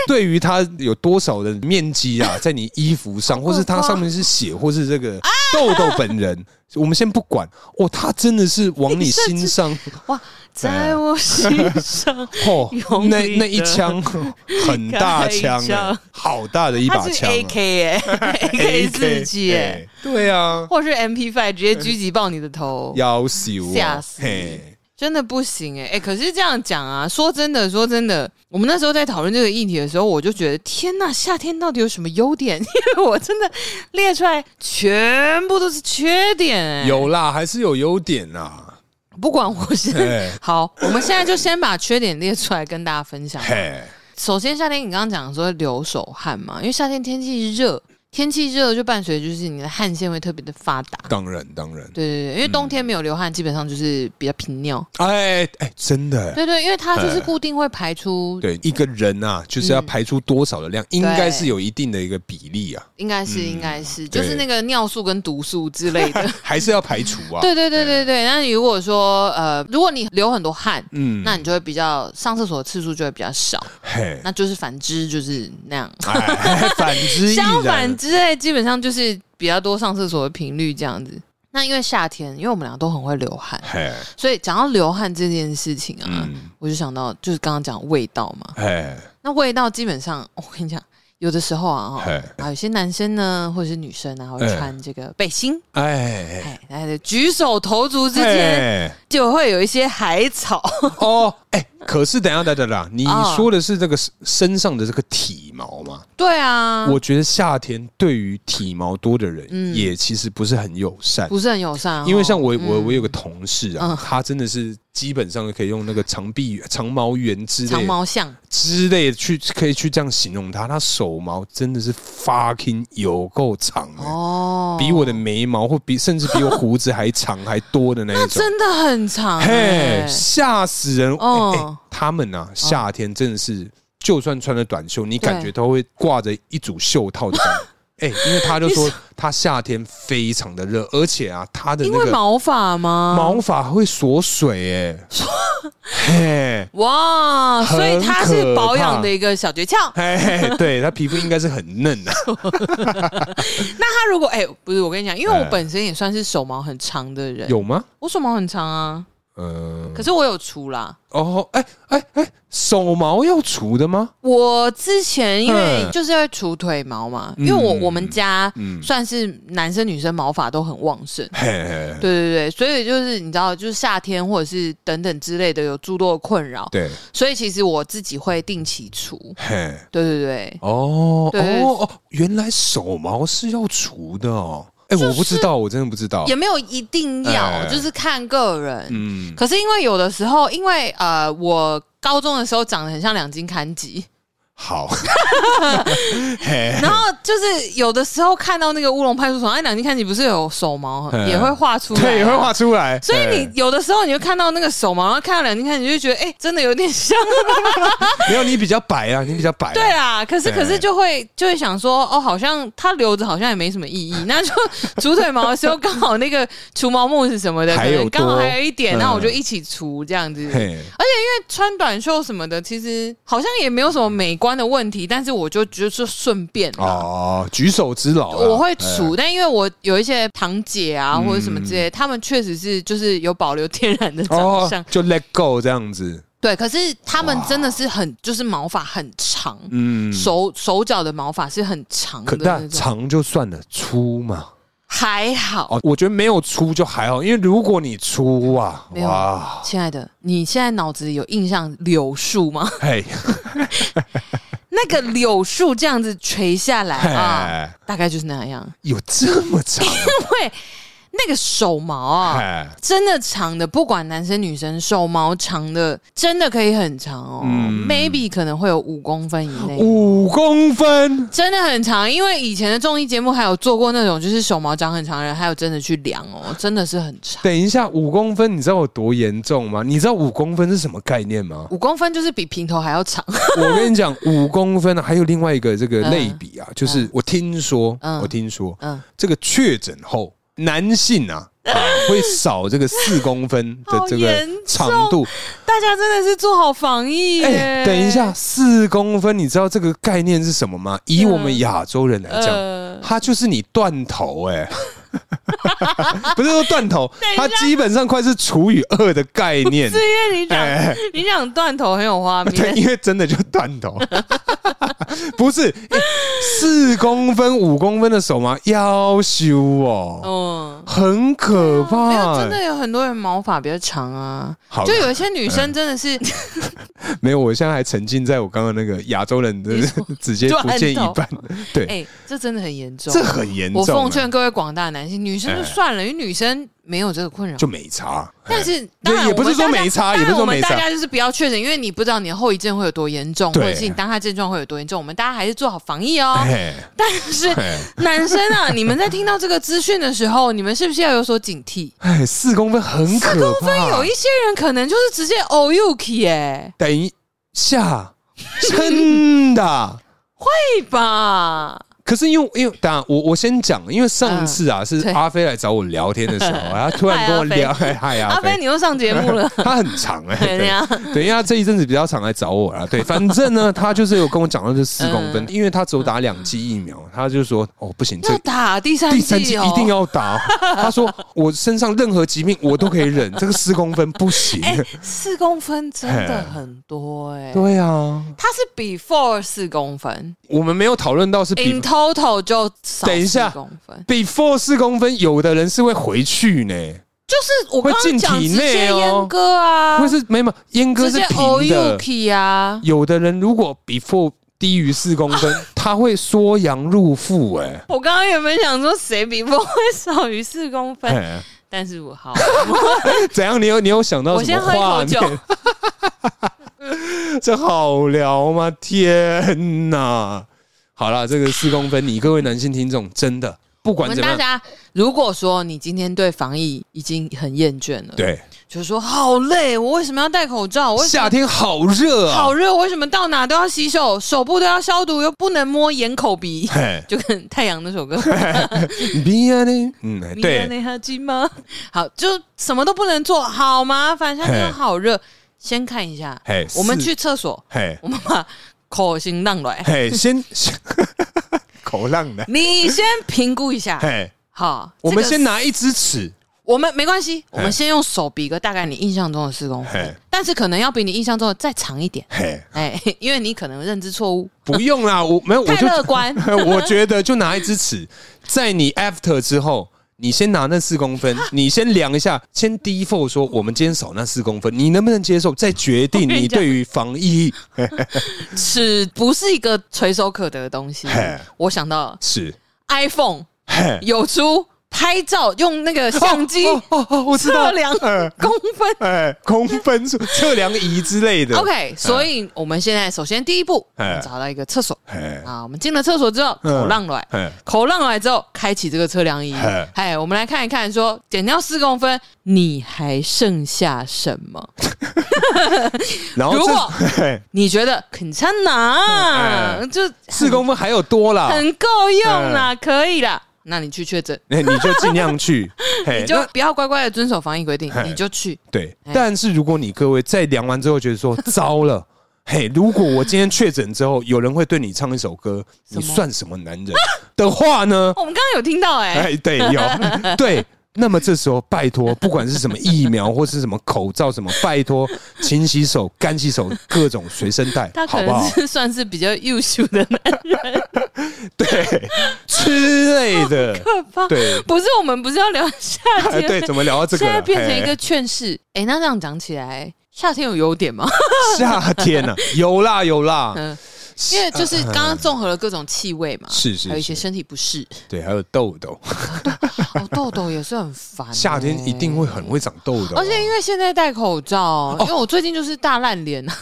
[SPEAKER 2] 对于他有多少的面积
[SPEAKER 1] *laughs*
[SPEAKER 2] 啊，在你衣服上，或是他上面是血，或是这个痘痘本人，我们先不管哦，他真的是往你心
[SPEAKER 1] *laughs*
[SPEAKER 2] 上，哎
[SPEAKER 1] 在我心上，
[SPEAKER 2] 哦
[SPEAKER 1] 用，力
[SPEAKER 2] 那那一
[SPEAKER 1] 的 *laughs*
[SPEAKER 2] 枪很大枪
[SPEAKER 1] 开一
[SPEAKER 2] 欸
[SPEAKER 1] 枪，
[SPEAKER 2] 好大 *laughs* 的一
[SPEAKER 3] 他
[SPEAKER 2] 把
[SPEAKER 3] 是
[SPEAKER 2] 枪啊
[SPEAKER 3] AK
[SPEAKER 1] 欸
[SPEAKER 2] *laughs*
[SPEAKER 3] 哎、
[SPEAKER 1] AK 四七哎、
[SPEAKER 2] 欸对啊，
[SPEAKER 1] 或是 MP Five 直接狙击爆你的头，
[SPEAKER 2] 要死我，
[SPEAKER 1] 吓死
[SPEAKER 2] 啊嘿，
[SPEAKER 1] 真的不行哎、哎、可是这样讲啊，说真的，说真的，我们那时候在讨论这个议题的时候，我就觉得天呐，夏天到底有什么优点？ *laughs* 因为我真的列出来全部都是缺点、哎，
[SPEAKER 2] 有啦，还是有优点啊哎啦，
[SPEAKER 1] 不管我是
[SPEAKER 2] 嘿，
[SPEAKER 1] *laughs* 好，我们现在就先把缺点列出来跟大家分享。
[SPEAKER 2] 嘿，
[SPEAKER 1] 首先，夏天你刚刚讲说流手汗嘛，因为夏天天气热，天气热就伴随就是你的汗腺会特别的发达。
[SPEAKER 2] 当然当然，
[SPEAKER 1] 对对对，因为冬
[SPEAKER 2] 嗯
[SPEAKER 1] 天没有流汗，基本上就是比较频尿。
[SPEAKER 2] 哎哎，真的欸。
[SPEAKER 1] 对对，因为它就是
[SPEAKER 2] 哎
[SPEAKER 1] 固定会排出，
[SPEAKER 2] 对一个人啊，就
[SPEAKER 1] 嗯
[SPEAKER 2] 是要排出多少的量，应该是有一定的一个比例啊，
[SPEAKER 1] 应该是应该是，就是
[SPEAKER 2] 对
[SPEAKER 1] 那个尿素跟毒素之类
[SPEAKER 2] *laughs*
[SPEAKER 1] 的。
[SPEAKER 2] 还是要排除啊。
[SPEAKER 1] 对对对对对，那如果说呃，如果你流很多汗，
[SPEAKER 2] 嗯
[SPEAKER 1] 那你就会比较上厕所的次数就会比较少，
[SPEAKER 2] 嘿，
[SPEAKER 1] 那就是反之就是那样。
[SPEAKER 2] 哎反之亦
[SPEAKER 1] 相反
[SPEAKER 2] 然。
[SPEAKER 1] 之类，基本上就是比较多上厕所的频率这样子。那因为夏天，因为我们俩都很会流
[SPEAKER 2] *laughs*
[SPEAKER 1] 汗，
[SPEAKER 2] 嘿，
[SPEAKER 1] 所以讲到流汗这件事情啊，
[SPEAKER 2] 嗯，
[SPEAKER 1] 我就想到就是刚刚讲味道嘛。
[SPEAKER 2] 嘿，
[SPEAKER 1] 那味道基本上， *laughs* 我跟你讲，有的时候啊，
[SPEAKER 2] 嘿嗯
[SPEAKER 1] 哦啊，有些男生呢，或者是女生啊，会穿这个背心，
[SPEAKER 2] 哎，
[SPEAKER 1] 哎，哎，举手投足之间
[SPEAKER 2] 哎，
[SPEAKER 1] 就会有一些海
[SPEAKER 2] *laughs*
[SPEAKER 1] 草，
[SPEAKER 2] 哦，哎，可是等一下，等一下等一下，你
[SPEAKER 1] 哦
[SPEAKER 2] 说的是这个身上的这个体毛吗？
[SPEAKER 1] 对啊，
[SPEAKER 2] 我觉得夏天对于体毛多的人，
[SPEAKER 1] 嗯
[SPEAKER 2] 也其实不是很友善。
[SPEAKER 1] 不是很友善哦，
[SPEAKER 2] 因为像我我
[SPEAKER 1] 嗯
[SPEAKER 2] 我有个同事啊，
[SPEAKER 1] 嗯
[SPEAKER 2] 他真的是基本上可以用那个长臂长毛猿之类的
[SPEAKER 1] 长毛象，
[SPEAKER 2] 之类的去可以去这样形容他，他手毛真的是 fucking 有够长、欸
[SPEAKER 1] 哦，
[SPEAKER 2] 比我的眉毛或比甚至比我胡子还长还多的那一种。
[SPEAKER 1] 真的很长，
[SPEAKER 2] 嘿
[SPEAKER 1] 哎，，
[SPEAKER 2] 吓死人！
[SPEAKER 1] 哦
[SPEAKER 2] 哎哎他们啊，夏天真的是，就算穿了短袖，你感觉
[SPEAKER 1] 对
[SPEAKER 2] 都会挂着一组袖套的感
[SPEAKER 1] *laughs*
[SPEAKER 2] 觉。哎、因为他就说他夏天非常的热，而且啊，他的
[SPEAKER 1] 因
[SPEAKER 2] 那
[SPEAKER 1] 为
[SPEAKER 2] 个
[SPEAKER 1] 毛啊发吗？
[SPEAKER 2] 毛发会锁水、欸
[SPEAKER 1] *laughs*
[SPEAKER 2] 哎，
[SPEAKER 1] 哇，
[SPEAKER 2] 很
[SPEAKER 1] 所以它
[SPEAKER 2] 可
[SPEAKER 1] 是
[SPEAKER 2] 怕
[SPEAKER 1] 保养的一个小诀窍。
[SPEAKER 2] 嘿，嘿，嘿对他皮肤应该是很嫩啊的、
[SPEAKER 1] 那它如果哎、不是我跟你讲，因为
[SPEAKER 2] 哎
[SPEAKER 1] 我本身也算是手毛很长的人，
[SPEAKER 2] 有吗？
[SPEAKER 1] 我手毛很长啊，
[SPEAKER 2] 嗯，
[SPEAKER 1] 可是我有除啦。
[SPEAKER 2] 哦，哎哎哎，手毛要除的吗？
[SPEAKER 1] 我之前因为
[SPEAKER 2] 嗯
[SPEAKER 1] 就是会除腿毛嘛，因
[SPEAKER 2] 嗯
[SPEAKER 1] 为我我们家
[SPEAKER 2] 嗯
[SPEAKER 1] 算是男生女生毛发都很旺盛，
[SPEAKER 2] 嘿嘿，
[SPEAKER 1] 对对对，所以就是你知道，就是夏天或者是等等之类的有诸多的困扰，
[SPEAKER 2] 对，
[SPEAKER 1] 所以其实我自己会定期除，
[SPEAKER 2] 嘿，
[SPEAKER 1] 对对对，
[SPEAKER 2] 哦
[SPEAKER 1] 对
[SPEAKER 2] 哦哦，原来手毛是要除的哦。哎，
[SPEAKER 1] 就是
[SPEAKER 2] 我不知道，我真的不知道
[SPEAKER 1] 也。没有一定要，
[SPEAKER 2] 哎
[SPEAKER 1] 就是看个人。
[SPEAKER 2] 嗯，
[SPEAKER 1] 可是因为有的时候，因为呃，我高中的时候长得很像两斤砍
[SPEAKER 2] *laughs*
[SPEAKER 1] 几， *laughs*
[SPEAKER 2] 好。嘿，
[SPEAKER 1] 然后就是有的时候看到那个乌龙派出所，那两斤看起不是有手毛
[SPEAKER 2] 嗯
[SPEAKER 1] 也会画出来，
[SPEAKER 2] 对，也会。画出来。
[SPEAKER 1] 所以你有的时候你就看到那个手毛，然后看到两斤看，你就觉得哎、真的有点像。
[SPEAKER 2] 嘿没有你比较白啊，你比较白啊。
[SPEAKER 1] 对啦，可是
[SPEAKER 2] 嗯
[SPEAKER 1] 可是就会就会想说，哦，好像它留着好像也没什么
[SPEAKER 2] *laughs*
[SPEAKER 1] 意义，那就除腿毛的时候刚好那个除毛木是什么的，可
[SPEAKER 2] 还有
[SPEAKER 1] 能刚好
[SPEAKER 2] 多
[SPEAKER 1] 还有一点，
[SPEAKER 2] 嗯
[SPEAKER 1] 那我就一起除这样子。
[SPEAKER 2] 嘿，
[SPEAKER 1] 穿短袖什么的，其实好像也没有什么美观的问题，但是我就就是顺便啦。
[SPEAKER 2] 哦，举手之劳啦。
[SPEAKER 1] 我会
[SPEAKER 2] 嘿
[SPEAKER 1] 除，但因为我有一些堂姐啊，
[SPEAKER 2] 嗯
[SPEAKER 1] 或者什么之类，他们确实是就是有保留天然的长
[SPEAKER 2] 哦
[SPEAKER 1] 相，，
[SPEAKER 2] 就 let go 这样子。
[SPEAKER 1] 对，可是他们真的是很，就是毛发很长，
[SPEAKER 2] 嗯，
[SPEAKER 1] 手手脚的毛发是很长的
[SPEAKER 2] 可
[SPEAKER 1] 那
[SPEAKER 2] 但
[SPEAKER 1] 种，
[SPEAKER 2] 长就算了，粗嘛，
[SPEAKER 1] 还好。
[SPEAKER 2] 哦，我觉得没有粗就还好，因为如果你粗啊，
[SPEAKER 1] 没有
[SPEAKER 2] 哇，
[SPEAKER 1] 亲爱的，你现在脑子里有印象柳树吗？ *laughs*
[SPEAKER 2] 嘿，
[SPEAKER 1] 那个柳树这样子垂下来啊，
[SPEAKER 2] 嘿，
[SPEAKER 1] 大概就是那样。
[SPEAKER 2] 有这么长啊？
[SPEAKER 1] 对，那个手毛啊，
[SPEAKER 2] 哎，
[SPEAKER 1] 真的长的，不管男生女生，手毛长的真的可以很长哦、
[SPEAKER 2] 嗯哦
[SPEAKER 1] m a y b e 可能会有五公分以内。
[SPEAKER 2] 五公分，
[SPEAKER 1] 真的很长，因为以前的综艺节目还有做过那种，就是手毛长很长的人，还有真的去量哦，真的是很长。？
[SPEAKER 2] 等一下，五公分，你知道有多严重吗？你知道五公分是什么概念吗
[SPEAKER 1] *laughs* 五公分就是比平头还要
[SPEAKER 2] *laughs*
[SPEAKER 1] 长，
[SPEAKER 2] 我跟你讲，五公分啊还有另外一个这个类比啊，就是我听说，
[SPEAKER 1] 嗯
[SPEAKER 2] 我听说，
[SPEAKER 1] 嗯，
[SPEAKER 2] 这个确诊后，男性
[SPEAKER 1] *laughs*
[SPEAKER 2] 啊。啊会少这个四公分的这
[SPEAKER 1] 好
[SPEAKER 2] 个
[SPEAKER 1] 严重
[SPEAKER 2] 长度，
[SPEAKER 1] 大家真的是做好防疫耶。
[SPEAKER 2] 哎、等一下，四公分，你知道这个概念是什么吗？以我们亚洲人来讲，
[SPEAKER 1] 嗯呃，
[SPEAKER 2] 它就是你断头、哎， *laughs* 不是说
[SPEAKER 1] *laughs*
[SPEAKER 2] 断头，它基本上快是除以二的概念
[SPEAKER 1] 是。因为你讲、
[SPEAKER 2] 哎
[SPEAKER 1] 你讲断头很有画
[SPEAKER 2] 对，
[SPEAKER 1] 面，
[SPEAKER 2] 因为真的就断头， *laughs* 不是哎四、公分、五公分的手吗？要修哦，
[SPEAKER 1] 嗯。
[SPEAKER 2] 很可
[SPEAKER 1] 没有，
[SPEAKER 2] 怕、
[SPEAKER 1] 真的有很多人毛发比较长啊，
[SPEAKER 2] 好啦嗯
[SPEAKER 1] 就有一些女生真的是，
[SPEAKER 2] 没有，我现在还沉浸在我刚刚那个亚洲人的
[SPEAKER 1] 你说
[SPEAKER 2] *laughs* 直接不见一半
[SPEAKER 1] 断，
[SPEAKER 2] 对，
[SPEAKER 1] 哎、这真的很严重。
[SPEAKER 2] 这很严重、
[SPEAKER 1] 我
[SPEAKER 2] 啊。
[SPEAKER 1] 奉劝各位广大男性，女生就
[SPEAKER 2] 哎
[SPEAKER 1] 算了，因为女生没有这个困扰。
[SPEAKER 2] 就没差，
[SPEAKER 1] 但是当然
[SPEAKER 2] 也不是
[SPEAKER 1] 我们大家
[SPEAKER 2] 说没差也不是说
[SPEAKER 1] 当然我们
[SPEAKER 2] 没差
[SPEAKER 1] 大家就是不要确诊，因为你不知道你的后遗症会有多严重，或
[SPEAKER 2] 对
[SPEAKER 1] 者是你当下症状会有多严重。我们大家还是做好防疫哦。
[SPEAKER 2] 哎
[SPEAKER 1] 但是
[SPEAKER 2] 哎
[SPEAKER 1] 男生啊，你们在听到这个资讯的时候，你们是不是要有所警惕？
[SPEAKER 2] 哎，四公分很可怕。
[SPEAKER 1] 公分有一些人可能就是直接哦 o u k 哎，
[SPEAKER 2] 等一下，真的啊。
[SPEAKER 1] 对吧？
[SPEAKER 2] 可是因为因为当然我我先讲，因为上次啊、是
[SPEAKER 1] 对
[SPEAKER 2] 阿飞来找我聊天的时候，他突然跟我聊，嗨嗨
[SPEAKER 1] 阿
[SPEAKER 2] 阿
[SPEAKER 1] 飞，
[SPEAKER 2] 飞，，
[SPEAKER 1] 你又上节目了
[SPEAKER 2] 他很长哎、
[SPEAKER 1] 怎
[SPEAKER 2] 对
[SPEAKER 1] 样？
[SPEAKER 2] 对，因为他这一阵子比较常来找我啦。对，反正呢，他就是有跟我讲到这四公分，因为他只有打两剂疫苗，他就说哦不 *laughs* 行，这
[SPEAKER 1] 要打第三
[SPEAKER 2] *laughs* 第三剂
[SPEAKER 1] 季哦，
[SPEAKER 2] 一定要打哦。他说我身上任何疾病我都可以忍，这个四公分不行。
[SPEAKER 1] 哎四公分真的很多哎、
[SPEAKER 2] 对啊，
[SPEAKER 1] 它是 before 四公分
[SPEAKER 2] 我们没有讨论到是比
[SPEAKER 1] ，in total 就少
[SPEAKER 2] 等一下
[SPEAKER 1] 4公分，
[SPEAKER 2] before 四公分，有的人是会回去呢，
[SPEAKER 1] 就是我刚
[SPEAKER 2] 会进
[SPEAKER 1] 刚讲
[SPEAKER 2] 体
[SPEAKER 1] 直
[SPEAKER 2] 内
[SPEAKER 1] 接
[SPEAKER 2] 哦
[SPEAKER 1] 阉割啊，
[SPEAKER 2] 或是没有阉割
[SPEAKER 1] 直
[SPEAKER 2] 是
[SPEAKER 1] 接
[SPEAKER 2] 平的。
[SPEAKER 1] ouki 啊，
[SPEAKER 2] 有的人如果 before 低于四公分，
[SPEAKER 1] *laughs*
[SPEAKER 2] 他会缩阳入腹，哎，
[SPEAKER 1] 我刚刚原本想说谁 before 会少于四公分，
[SPEAKER 2] 哎
[SPEAKER 1] 但是我好，
[SPEAKER 2] 怎样？你有你有想到
[SPEAKER 1] 我
[SPEAKER 2] 什
[SPEAKER 1] 先
[SPEAKER 2] 么
[SPEAKER 1] 喝一
[SPEAKER 2] 画
[SPEAKER 1] 口酒，
[SPEAKER 2] 面？ *laughs* 这好聊吗？天哪！好了，这个四公分，你各位男性听众真的不
[SPEAKER 1] 我
[SPEAKER 2] *laughs* 管
[SPEAKER 1] 们
[SPEAKER 2] 怎么
[SPEAKER 1] 大
[SPEAKER 2] 样，
[SPEAKER 1] 家如果说你今天对防疫已经很厌倦了，，
[SPEAKER 2] 对，
[SPEAKER 1] 就是说好累，我为什么要戴口罩？我为什么
[SPEAKER 2] 夏天好热啊
[SPEAKER 1] 好，热，我为什么到哪都要洗手，手部都要消毒，又不能摸眼口鼻？ *laughs*
[SPEAKER 2] 嘿，
[SPEAKER 1] 就跟太阳那首歌，
[SPEAKER 2] *laughs* 别啊呢，嗯，
[SPEAKER 1] 你的
[SPEAKER 2] 对，
[SPEAKER 1] 内哈基吗？好，就什么都不能做，好麻烦，夏天又好热，先看一下
[SPEAKER 2] 嘿，
[SPEAKER 1] 我们
[SPEAKER 2] 是
[SPEAKER 1] 去厕所，
[SPEAKER 2] 嘿，
[SPEAKER 1] 我们把口型让来，
[SPEAKER 2] 嘿，先 *laughs* 口浪的，
[SPEAKER 1] 你先评估一下，
[SPEAKER 2] 嘿，
[SPEAKER 1] 好，
[SPEAKER 2] 我们
[SPEAKER 1] 嗯这个
[SPEAKER 2] 先拿一支尺，
[SPEAKER 1] 我们没关系，我
[SPEAKER 2] 嘿
[SPEAKER 1] 们先用手比个大概你印象中的四公
[SPEAKER 2] 嘿
[SPEAKER 1] 分，但是可能要比你印象中的再长一点， *laughs*
[SPEAKER 2] 嘿，
[SPEAKER 1] 哎，因为你可能认知错误，
[SPEAKER 2] 不用啦，我没有，我
[SPEAKER 1] 太
[SPEAKER 2] 就
[SPEAKER 1] 乐观，
[SPEAKER 2] *laughs* 我觉得就拿一支尺，在你 after 之后，你先拿那四公分，你先量一下，先 default 说我们今天少那四公分，你能不能接受，再决定
[SPEAKER 1] *laughs* 我跟
[SPEAKER 2] 你
[SPEAKER 1] 你讲
[SPEAKER 2] 对于防疫
[SPEAKER 1] 尺不是一个垂手可得的东西
[SPEAKER 2] 嘿。
[SPEAKER 1] 我想到了
[SPEAKER 2] 尺。
[SPEAKER 1] iPhone *laughs*
[SPEAKER 2] 嘿
[SPEAKER 1] 有出拍照用那个相机
[SPEAKER 2] 哦哦哦，我知道
[SPEAKER 1] 测量
[SPEAKER 2] 呃
[SPEAKER 1] 公分。
[SPEAKER 2] 哎，公分数 *laughs* 测量仪之类的。
[SPEAKER 1] OK，所以我们现在首先第一步，我
[SPEAKER 2] 嗯嘿
[SPEAKER 1] 们找到一个厕所
[SPEAKER 2] 哎
[SPEAKER 1] 啊，我们进了厕所之后，
[SPEAKER 2] 嗯
[SPEAKER 1] 口浪来
[SPEAKER 2] 哎，
[SPEAKER 1] 口浪来之后，开启这个测量仪
[SPEAKER 2] 嘿。
[SPEAKER 1] 哎，我们来看一看说，减掉四公分，你还剩下什么？
[SPEAKER 2] 然后
[SPEAKER 1] 如
[SPEAKER 2] 这
[SPEAKER 1] 果
[SPEAKER 2] 嘿
[SPEAKER 1] 你觉得肯差哪
[SPEAKER 2] 嗯嗯
[SPEAKER 1] 就
[SPEAKER 2] 四公分还有多啦，
[SPEAKER 1] 很够用啦，可以啦。那你去确诊，
[SPEAKER 2] 嗯那你就尽
[SPEAKER 1] *laughs*
[SPEAKER 2] 量去。嘿
[SPEAKER 1] 你就
[SPEAKER 2] 哎那
[SPEAKER 1] 不要乖乖的遵守防疫规定
[SPEAKER 2] 嘿，
[SPEAKER 1] 你就去。
[SPEAKER 2] 对
[SPEAKER 1] 哎，
[SPEAKER 2] 但是如果你各位在量完之后觉得说
[SPEAKER 1] *laughs*
[SPEAKER 2] 糟了，嘿，如果我今天确诊之后，有人会对你唱一首歌，
[SPEAKER 1] 么哦
[SPEAKER 2] 你算什么男人的话呢？
[SPEAKER 1] 我们刚刚有听到哎、 *laughs*
[SPEAKER 2] 哎，对，有对。那么这时候，拜托，不管是什么疫苗或是什么口罩什么，拜托，勤洗手、干洗手，各种随身带
[SPEAKER 1] 他，
[SPEAKER 2] 好
[SPEAKER 1] 可
[SPEAKER 2] 不
[SPEAKER 1] 能
[SPEAKER 2] 好？
[SPEAKER 1] 是算是比较优秀的那
[SPEAKER 2] 对
[SPEAKER 1] *laughs*
[SPEAKER 2] 之类的，
[SPEAKER 1] 个吧。
[SPEAKER 2] 对哎
[SPEAKER 1] 不是我们不是要聊
[SPEAKER 2] *laughs*
[SPEAKER 1] 夏天吗？
[SPEAKER 2] 对，怎么聊到这个
[SPEAKER 1] 现
[SPEAKER 2] 了？
[SPEAKER 1] 在变成一个
[SPEAKER 2] 嘿
[SPEAKER 1] 劝世。哎、那这样讲起来，夏天有优点
[SPEAKER 2] *laughs*
[SPEAKER 1] 吗？
[SPEAKER 2] 夏天呢、啊？有啦有啦，
[SPEAKER 1] 嗯，因为就是刚刚综合了各种气味嘛，
[SPEAKER 2] 是是
[SPEAKER 1] 还有一些
[SPEAKER 2] 是
[SPEAKER 1] 身体不适，
[SPEAKER 2] 对，还有痘痘，
[SPEAKER 1] 哦，痘痘也是很烦、欸
[SPEAKER 2] 夏天一定会啊哦很。会长痘哦痘、
[SPEAKER 1] 而且因为现在戴口罩，因为我最近就是大烂脸，啊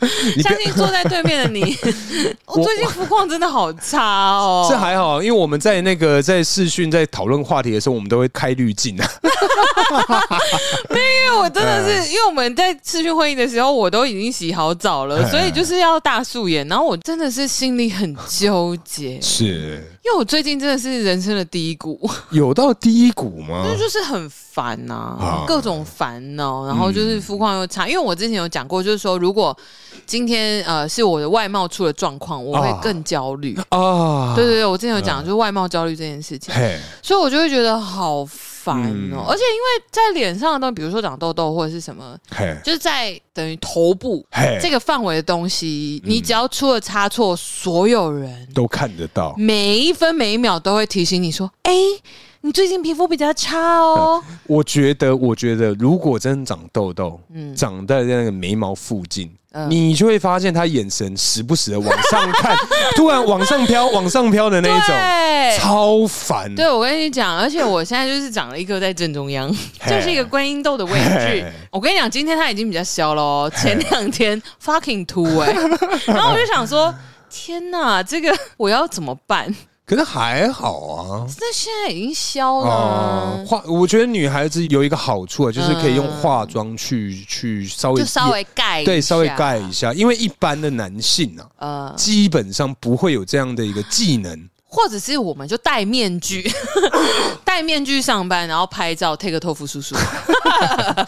[SPEAKER 2] 你不
[SPEAKER 1] 相
[SPEAKER 2] 要
[SPEAKER 1] 信坐在对面的
[SPEAKER 2] *laughs*
[SPEAKER 1] 你， *laughs* 我
[SPEAKER 2] 我
[SPEAKER 1] 最近肤况真的好差哦。
[SPEAKER 2] 这还好，因为我们在那个在视讯在讨论话题的时候，我们都会开滤镜啊。
[SPEAKER 1] 因为我真的
[SPEAKER 2] 哎
[SPEAKER 1] 是，因为我们在视讯会议的时候，我都已经洗好澡了，
[SPEAKER 2] 哎
[SPEAKER 1] 所以就是要大素颜。然后我真的是心里很纠
[SPEAKER 2] *laughs*
[SPEAKER 1] 结，
[SPEAKER 2] 是
[SPEAKER 1] 因为我最近真的是人生的低谷，
[SPEAKER 2] 有到低谷吗？
[SPEAKER 1] 那 *laughs* 就是很烦呐、
[SPEAKER 2] 啊嗯
[SPEAKER 1] 各种烦恼，然后就是肤况又差。因为我之前有讲过，就是说如果今天呃是我的外貌出了状况，我会
[SPEAKER 2] 啊
[SPEAKER 1] 更焦虑。
[SPEAKER 2] 啊，
[SPEAKER 1] 对对对，我之前有讲，就是外貌焦虑这件事情。
[SPEAKER 2] 嘿，
[SPEAKER 1] 所以我就会觉得好烦哦、
[SPEAKER 2] 嗯
[SPEAKER 1] 而且因为在脸上的东西，比如说长痘痘或者是什么，
[SPEAKER 2] 嘿，
[SPEAKER 1] 就是在等于头部
[SPEAKER 2] 嘿，
[SPEAKER 1] 这个范围的东西，
[SPEAKER 2] 嗯
[SPEAKER 1] 你只要出了差错，所有人
[SPEAKER 2] 都看得到。
[SPEAKER 1] 每一分每一秒都会提醒你说：“哎、你最近皮肤比较差哦。
[SPEAKER 2] 我觉得，我觉得，如果真的长痘痘，
[SPEAKER 1] 嗯
[SPEAKER 2] 长在那个眉毛附近，
[SPEAKER 1] 嗯
[SPEAKER 2] 你就会发现他眼神时不时的往上
[SPEAKER 1] *laughs*
[SPEAKER 2] 看，突然往上飘，往上飘的那 *laughs* 一种，
[SPEAKER 1] 对，
[SPEAKER 2] 超烦。
[SPEAKER 1] 对我跟你讲，而且我现在就是长了一颗在正中
[SPEAKER 2] *laughs*
[SPEAKER 1] 央，就是一个观音豆的位置
[SPEAKER 2] 嘿。
[SPEAKER 1] 我跟你讲，今天它已经比较消了哦，前两天 fucking 秃
[SPEAKER 2] *laughs*
[SPEAKER 1] 哎、然后我就想说。天呐，这个我要怎么
[SPEAKER 2] *laughs*
[SPEAKER 1] 办？
[SPEAKER 2] 可是还好啊。
[SPEAKER 1] 那现在已经消了啊、
[SPEAKER 2] 哦，化，我觉得女孩子有一个好处啊，就是可以用化妆去去稍
[SPEAKER 1] 嗯
[SPEAKER 2] 微
[SPEAKER 1] 就稍微盖一
[SPEAKER 2] 对稍微
[SPEAKER 1] 下
[SPEAKER 2] 盖一下，因为一般的男性啊，
[SPEAKER 1] 呃，
[SPEAKER 2] 基本上不会有这样的一个
[SPEAKER 1] *laughs*
[SPEAKER 2] 技能。
[SPEAKER 1] 或者是我们就戴面具， *laughs* 戴面具上班，然后拍照，take 托福叔
[SPEAKER 2] *laughs*
[SPEAKER 1] 叔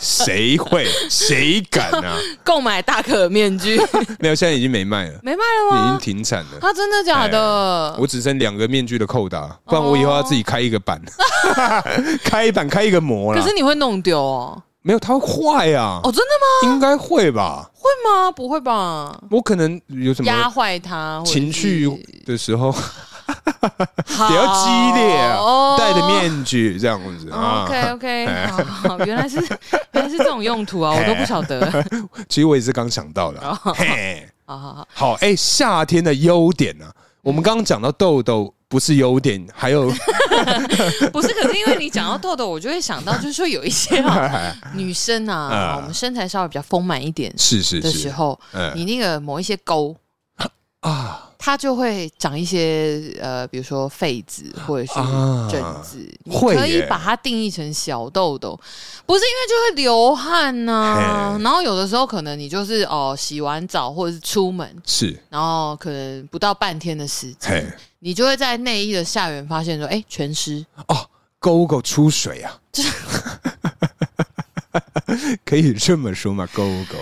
[SPEAKER 2] 谁会？谁敢
[SPEAKER 1] *laughs*
[SPEAKER 2] 啊？
[SPEAKER 1] 购买大可面
[SPEAKER 2] *laughs*
[SPEAKER 1] 具，
[SPEAKER 2] 没有，现在已经没卖了，
[SPEAKER 1] 没卖了
[SPEAKER 2] 已经
[SPEAKER 1] 吗？
[SPEAKER 2] 停产了。
[SPEAKER 1] 他真的假的？
[SPEAKER 2] 我只剩两个面具的扣
[SPEAKER 1] 哦
[SPEAKER 2] 打，不然我以后要自己开一个
[SPEAKER 1] *laughs*
[SPEAKER 2] 版，开一版开一个模
[SPEAKER 1] 可
[SPEAKER 2] 啦
[SPEAKER 1] 是。你会弄丢哦？
[SPEAKER 2] 没有，它会坏啊，
[SPEAKER 1] 哦，真的吗？
[SPEAKER 2] 应该会吧？
[SPEAKER 1] 会吗？不会吧？
[SPEAKER 2] 我可能有什
[SPEAKER 1] 压
[SPEAKER 2] 么
[SPEAKER 1] 坏他
[SPEAKER 2] 情绪的时候
[SPEAKER 1] 比
[SPEAKER 2] *laughs* 比较激烈啊，戴着。面具这样子啊。
[SPEAKER 1] 哦
[SPEAKER 2] 哎
[SPEAKER 1] OK OK，好，好原来是 *laughs* 原来是这种用途啊，我都不晓得。
[SPEAKER 2] *laughs* 其实我也是刚想到的。啊
[SPEAKER 1] 哦
[SPEAKER 2] 嘿，
[SPEAKER 1] 好好好，
[SPEAKER 2] 好，哎、夏天的优点呢、啊？我们刚刚讲到痘痘不是优点，还
[SPEAKER 1] *laughs*
[SPEAKER 2] 有
[SPEAKER 1] 不是，可是因为你讲到痘痘，我就会想到，就是说有一些啊女生啊，
[SPEAKER 2] 啊
[SPEAKER 1] 我们身材稍微比较丰满一点
[SPEAKER 2] 是是
[SPEAKER 1] 的时
[SPEAKER 2] 是
[SPEAKER 1] 候，
[SPEAKER 2] 嗯
[SPEAKER 1] 你那个某一些沟，
[SPEAKER 2] 啊，
[SPEAKER 1] 它就会长一些呃，比如说痱子或者是
[SPEAKER 2] 啊
[SPEAKER 1] 疹子，你
[SPEAKER 2] 会
[SPEAKER 1] 可以
[SPEAKER 2] 耶
[SPEAKER 1] 把它定义成小痘痘，不是因为就会流汗呐、
[SPEAKER 2] 嘿
[SPEAKER 1] 然后有的时候可能你就是哦、洗完澡或者是出门，
[SPEAKER 2] 是
[SPEAKER 1] 然后可能不到半天的时
[SPEAKER 2] 嘿
[SPEAKER 1] 间，你就会在内衣的下缘发现说，哎、全湿。
[SPEAKER 2] 哦，狗狗出水啊， *laughs* 可以这么说吗？狗狗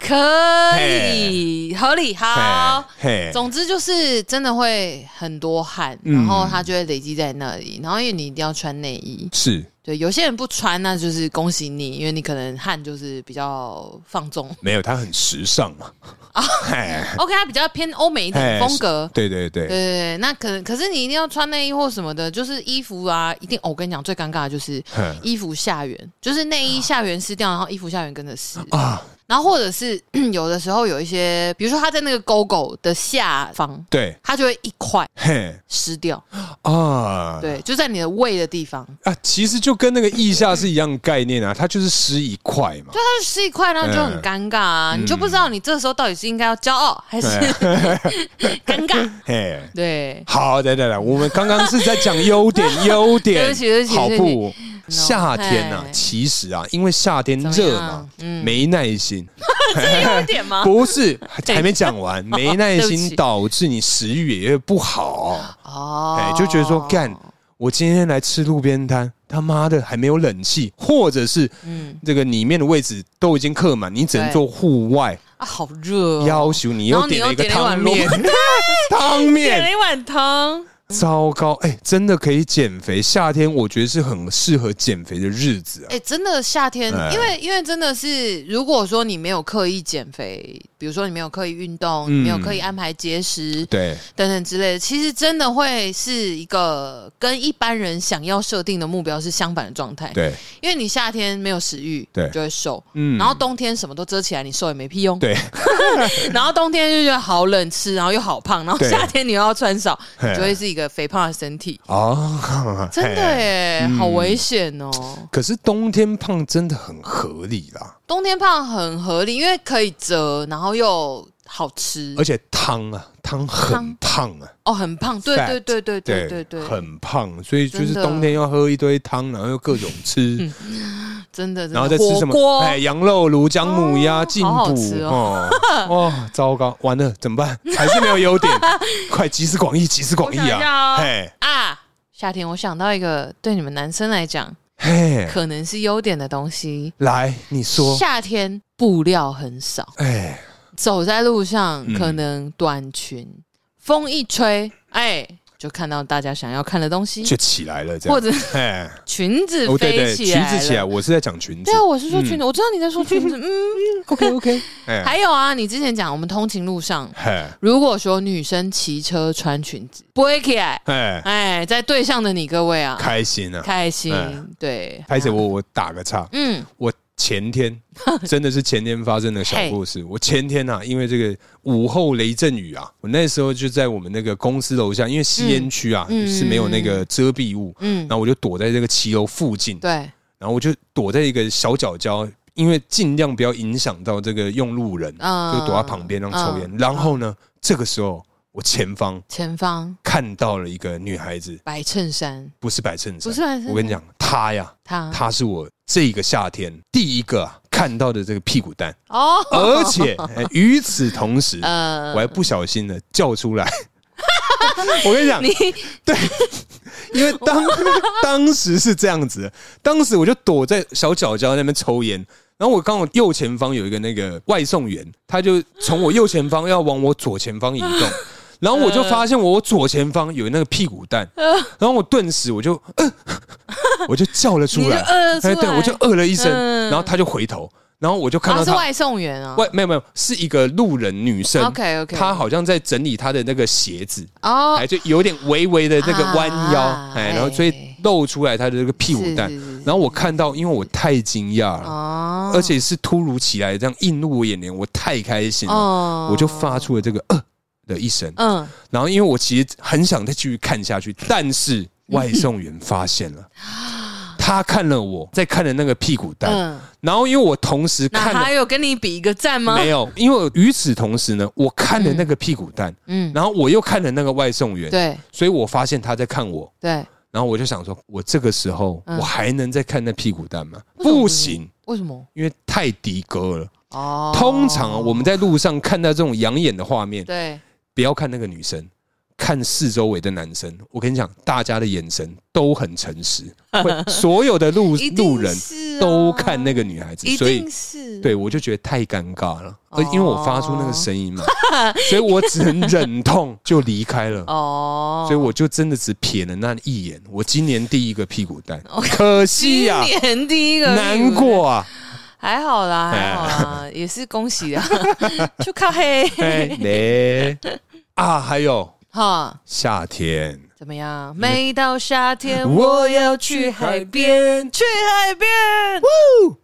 [SPEAKER 1] 可以，合理好。
[SPEAKER 2] 嘿，
[SPEAKER 1] 总之就是真的会很多汗，
[SPEAKER 2] 嗯
[SPEAKER 1] 然后它就会累积在那里，然后因为你一定要穿内衣，
[SPEAKER 2] 是
[SPEAKER 1] 对，有些人不穿那就是恭喜你，因为你可能汗就是比较放纵。
[SPEAKER 2] *laughs* 没有，它很时尚嘛，
[SPEAKER 1] 啊
[SPEAKER 2] 嘿
[SPEAKER 1] OK，它比较偏欧美一点
[SPEAKER 2] 嘿
[SPEAKER 1] 风格。
[SPEAKER 2] 对对
[SPEAKER 1] 对对
[SPEAKER 2] 对，
[SPEAKER 1] 对，那可可是你一定要穿内衣或什么的，就是衣服啊，一定、哦我跟你讲，最尴尬的就是
[SPEAKER 2] 哼
[SPEAKER 1] 衣服下缘，就是内衣下缘湿掉，然后衣服下缘跟着湿。
[SPEAKER 2] 啊，
[SPEAKER 1] 然后或者是 *clears throat* 有的时候有一些，比如说它在那个勾勾的下方，
[SPEAKER 2] 对，
[SPEAKER 1] 它就会一块
[SPEAKER 2] 嘿
[SPEAKER 1] 湿掉，
[SPEAKER 2] 啊，
[SPEAKER 1] 对，就在你的胃的地 *laughs* 方，
[SPEAKER 2] 啊，其实就跟那个腋下是一样的概念啊，它就是湿一块嘛，
[SPEAKER 1] 它就湿一块，那就很尴尬啊，你就不知道你这时候到底是应该要骄傲还是 *laughs* 尴尬。
[SPEAKER 2] 嘿。
[SPEAKER 1] 对，
[SPEAKER 2] 好，等等等，我们刚刚是在讲
[SPEAKER 1] *laughs*
[SPEAKER 2] 优点，优点，
[SPEAKER 1] 对不起对不起
[SPEAKER 2] 好
[SPEAKER 1] 对
[SPEAKER 2] 不
[SPEAKER 1] 不？
[SPEAKER 2] 夏天啊
[SPEAKER 1] 哎，
[SPEAKER 2] 其实啊，因为夏天热嘛，
[SPEAKER 1] 怎么样嗯
[SPEAKER 2] 没
[SPEAKER 1] *laughs*
[SPEAKER 2] 耐心，
[SPEAKER 1] 有一点 *laughs* 吗？
[SPEAKER 2] 不是还还没讲完，没耐
[SPEAKER 1] 对不
[SPEAKER 2] 心
[SPEAKER 1] 起
[SPEAKER 2] 导致你食欲也不好，
[SPEAKER 1] *laughs* 哦
[SPEAKER 2] 哎，就觉得说干，我今天来吃路边摊，他妈的还没有冷气，或者是
[SPEAKER 1] 嗯
[SPEAKER 2] 这个里面的位置都已经客满，你只能
[SPEAKER 1] 对
[SPEAKER 2] 做户外，
[SPEAKER 1] 啊，好热、哦，
[SPEAKER 2] 嗯要求你又点了一个
[SPEAKER 1] 然后
[SPEAKER 2] *laughs* 汤
[SPEAKER 1] 你又
[SPEAKER 2] 面
[SPEAKER 1] 点了，
[SPEAKER 2] 汤
[SPEAKER 1] 点
[SPEAKER 2] 面
[SPEAKER 1] 了一碗汤，
[SPEAKER 2] 糟糕，哎、真的可以减肥。夏天我觉得是很适合减肥的日子啊。
[SPEAKER 1] 哎、真的夏天，
[SPEAKER 2] 哎
[SPEAKER 1] 因为因为真的是，如果说你没有刻意减肥，比如说你没有刻意运动，
[SPEAKER 2] 嗯
[SPEAKER 1] 你没有刻意安排节食
[SPEAKER 2] 对，
[SPEAKER 1] 等等之类的，其实真的会是一个跟一般人想要设定的目标是相反的状态。
[SPEAKER 2] 对，
[SPEAKER 1] 因为你夏天没有食欲，
[SPEAKER 2] 对
[SPEAKER 1] 你就会瘦。
[SPEAKER 2] 嗯
[SPEAKER 1] 然后冬天什么都遮起来，你瘦也没屁用。
[SPEAKER 2] 对，
[SPEAKER 1] 然后冬天就觉得好冷，吃然后又好胖，然后
[SPEAKER 2] 对
[SPEAKER 1] 夏天你又要穿少，
[SPEAKER 2] 嘿
[SPEAKER 1] 你就会是一个肥胖的身体。
[SPEAKER 2] 啊，
[SPEAKER 1] 真的
[SPEAKER 2] 嘿。嗯
[SPEAKER 1] 耶，好危险哦！
[SPEAKER 2] 可是冬天胖真的很合理啦，
[SPEAKER 1] 冬天胖很合理，因为可以折，然后又好吃
[SPEAKER 2] 而，且汤啊，汤很烫啊，
[SPEAKER 1] 哦，很胖。对
[SPEAKER 2] fat，
[SPEAKER 1] 对对对对对对，
[SPEAKER 2] 很胖，所以就是
[SPEAKER 1] 真的
[SPEAKER 2] 冬天要喝一堆汤，然后又各种吃，
[SPEAKER 1] 真的。真的
[SPEAKER 2] 然后再吃什
[SPEAKER 1] 火
[SPEAKER 2] 么？
[SPEAKER 1] 锅？
[SPEAKER 2] 哎，羊肉炉、姜母鸭、
[SPEAKER 1] 哦
[SPEAKER 2] 进
[SPEAKER 1] 好好
[SPEAKER 2] 补
[SPEAKER 1] 吃
[SPEAKER 2] 哦，哇，糟糕，完了怎么办？还是没有优点，快集思广益，集思广益
[SPEAKER 1] 我想一下
[SPEAKER 2] 啊！
[SPEAKER 1] 哦
[SPEAKER 2] 嘿，
[SPEAKER 1] 啊，夏天我想到一个对你们男生来讲
[SPEAKER 2] 嘿，
[SPEAKER 1] 可能是优点的东西，
[SPEAKER 2] 来，你说，
[SPEAKER 1] 夏天布料很少。
[SPEAKER 2] 哎，
[SPEAKER 1] 走在路上
[SPEAKER 2] 嗯
[SPEAKER 1] 可能短裙，风一吹，哎，就看到大家想要看的东西，
[SPEAKER 2] 就起来了，这样
[SPEAKER 1] 或，者
[SPEAKER 2] 哎，
[SPEAKER 1] 裙子
[SPEAKER 2] 哦，对
[SPEAKER 1] 飞
[SPEAKER 2] 对，
[SPEAKER 1] 起
[SPEAKER 2] 裙
[SPEAKER 1] 来
[SPEAKER 2] 子起来，
[SPEAKER 1] 了。
[SPEAKER 2] 我是在讲裙子
[SPEAKER 1] 对啊，我是说裙子，我知道你在说裙子，嗯。*laughs*
[SPEAKER 2] ，OK OK，哎，
[SPEAKER 1] 还有啊，你之前讲我们通勤路上，
[SPEAKER 2] 嘿，
[SPEAKER 1] 如果说女生骑车穿裙子，不会起来，
[SPEAKER 2] 哎，
[SPEAKER 1] 哎，在对象的你各位啊，
[SPEAKER 2] 开心啊！
[SPEAKER 1] 开心
[SPEAKER 2] 哎，
[SPEAKER 1] 对，
[SPEAKER 2] 拍姐，我我打个岔，
[SPEAKER 1] 嗯，
[SPEAKER 2] 我
[SPEAKER 1] *laughs*
[SPEAKER 2] 前天真的是前天发生的小故事。我前天啊，因为这个午后雷阵雨啊，我那时候就在我们那个公司楼下，因为吸烟区啊、
[SPEAKER 1] 嗯
[SPEAKER 2] 是没有那个遮蔽物，
[SPEAKER 1] 嗯
[SPEAKER 2] 然后我就躲在这个骑楼附近，
[SPEAKER 1] 对，
[SPEAKER 2] 然后我就躲在一个小角角，因为尽量不要影响到这个用路人，
[SPEAKER 1] 嗯
[SPEAKER 2] 就躲在旁边让抽
[SPEAKER 1] 啊
[SPEAKER 2] 烟。然后呢，这个时候我前方
[SPEAKER 1] 前方
[SPEAKER 2] 看到了一个女孩子，
[SPEAKER 1] 白衬衫，
[SPEAKER 2] 不是白衬衫，
[SPEAKER 1] 不是白衬衫啊
[SPEAKER 2] 我跟你讲，她呀，
[SPEAKER 1] 他
[SPEAKER 2] 她是我这个夏天第一个啊看到的这个屁股蛋，
[SPEAKER 1] 哦，
[SPEAKER 2] 而且哎与此同时，
[SPEAKER 1] 呃
[SPEAKER 2] 我，还不小心的叫
[SPEAKER 1] *laughs*
[SPEAKER 2] 出来。我跟你讲，
[SPEAKER 1] 你
[SPEAKER 2] 因为
[SPEAKER 1] *laughs*
[SPEAKER 2] 当当时是这样子，当时我就躲在小角角那边抽烟，然后我刚好右前方有一个那个外送员，他就从我右前方要往我左前方
[SPEAKER 1] *laughs*
[SPEAKER 2] 移动，然后我就发现我左前方有那个屁股蛋，
[SPEAKER 1] 呃
[SPEAKER 2] 然后我顿时我就，
[SPEAKER 1] *laughs*
[SPEAKER 2] 呃、我就叫了 *laughs* 出来，
[SPEAKER 1] 你就呃出来
[SPEAKER 2] 对，我就呃了一声，
[SPEAKER 1] 嗯
[SPEAKER 2] 然后他就回头，然后我就看
[SPEAKER 1] 啊
[SPEAKER 2] 到
[SPEAKER 1] 是
[SPEAKER 2] 他。
[SPEAKER 1] 外送员啊，
[SPEAKER 2] 外没有没有，是一个路人女生。
[SPEAKER 1] OK OK，
[SPEAKER 2] 她好像在整理她的那个鞋子，
[SPEAKER 1] 哦
[SPEAKER 2] 哎，就有点微微的这个弯腰
[SPEAKER 1] 啊，
[SPEAKER 2] 哎，然后所以露出来他的这个屁股蛋
[SPEAKER 1] 是是是。
[SPEAKER 2] 然后我看到，因为我太惊讶了，
[SPEAKER 1] 哦
[SPEAKER 2] 而且是突如其来这样映入我眼帘，我太开心了，
[SPEAKER 1] 哦
[SPEAKER 2] 我就发出了这个呃的一声。
[SPEAKER 1] 嗯，
[SPEAKER 2] 然后因为我其实很想再继续看
[SPEAKER 1] *laughs*
[SPEAKER 2] 下去，但是外送员发现了，他看了我，在看了那个屁股蛋，
[SPEAKER 1] 嗯，
[SPEAKER 2] 然后因为我同时
[SPEAKER 1] 那
[SPEAKER 2] 看了
[SPEAKER 1] 他有跟你比一个赞吗？
[SPEAKER 2] 没有，因为我与此同时呢，我看了那个屁股蛋，
[SPEAKER 1] 嗯
[SPEAKER 2] 然后我又看了那个外送员，
[SPEAKER 1] 对
[SPEAKER 2] 所以我发现他在看我，
[SPEAKER 1] 对，
[SPEAKER 2] 然后我就想说，我这个时候、
[SPEAKER 1] 嗯
[SPEAKER 2] 我还能再看那屁股蛋吗？
[SPEAKER 1] 为什么
[SPEAKER 2] 不
[SPEAKER 1] 不
[SPEAKER 2] 行，
[SPEAKER 1] 为什么？
[SPEAKER 2] 因为太的哥了。
[SPEAKER 1] 哦，
[SPEAKER 2] 通常啊，我们在路上看到这种养眼的画面，
[SPEAKER 1] 对
[SPEAKER 2] 不要看那个女生，看四周围的男生。我跟你讲，大家的眼神都很诚实，
[SPEAKER 1] *laughs*
[SPEAKER 2] 会所有的路
[SPEAKER 1] 一定
[SPEAKER 2] 路人
[SPEAKER 1] 是啊
[SPEAKER 2] 都看那个女孩子，
[SPEAKER 1] 一
[SPEAKER 2] 所以
[SPEAKER 1] 定是
[SPEAKER 2] 对，我就觉得太尴尬了，
[SPEAKER 1] 哦
[SPEAKER 2] 而因为我发出那个声音嘛，所以我只能忍痛就离开了。
[SPEAKER 1] *laughs* 哦，
[SPEAKER 2] 所以我就真的只瞥了那一眼，我今年第一个屁股蛋，可惜呀、
[SPEAKER 1] 哦今年第一个
[SPEAKER 2] 啊难
[SPEAKER 1] *laughs*
[SPEAKER 2] 过啊，
[SPEAKER 1] 还好啦，还
[SPEAKER 2] 哎
[SPEAKER 1] 好啦，也是恭喜啊， *laughs* 就靠
[SPEAKER 2] *laughs*
[SPEAKER 1] 黑
[SPEAKER 2] 哎嘞啊，还有
[SPEAKER 1] 哈。
[SPEAKER 2] 夏天，
[SPEAKER 1] 怎么样？每到夏天，
[SPEAKER 2] 我
[SPEAKER 1] 我要去海边，去海边。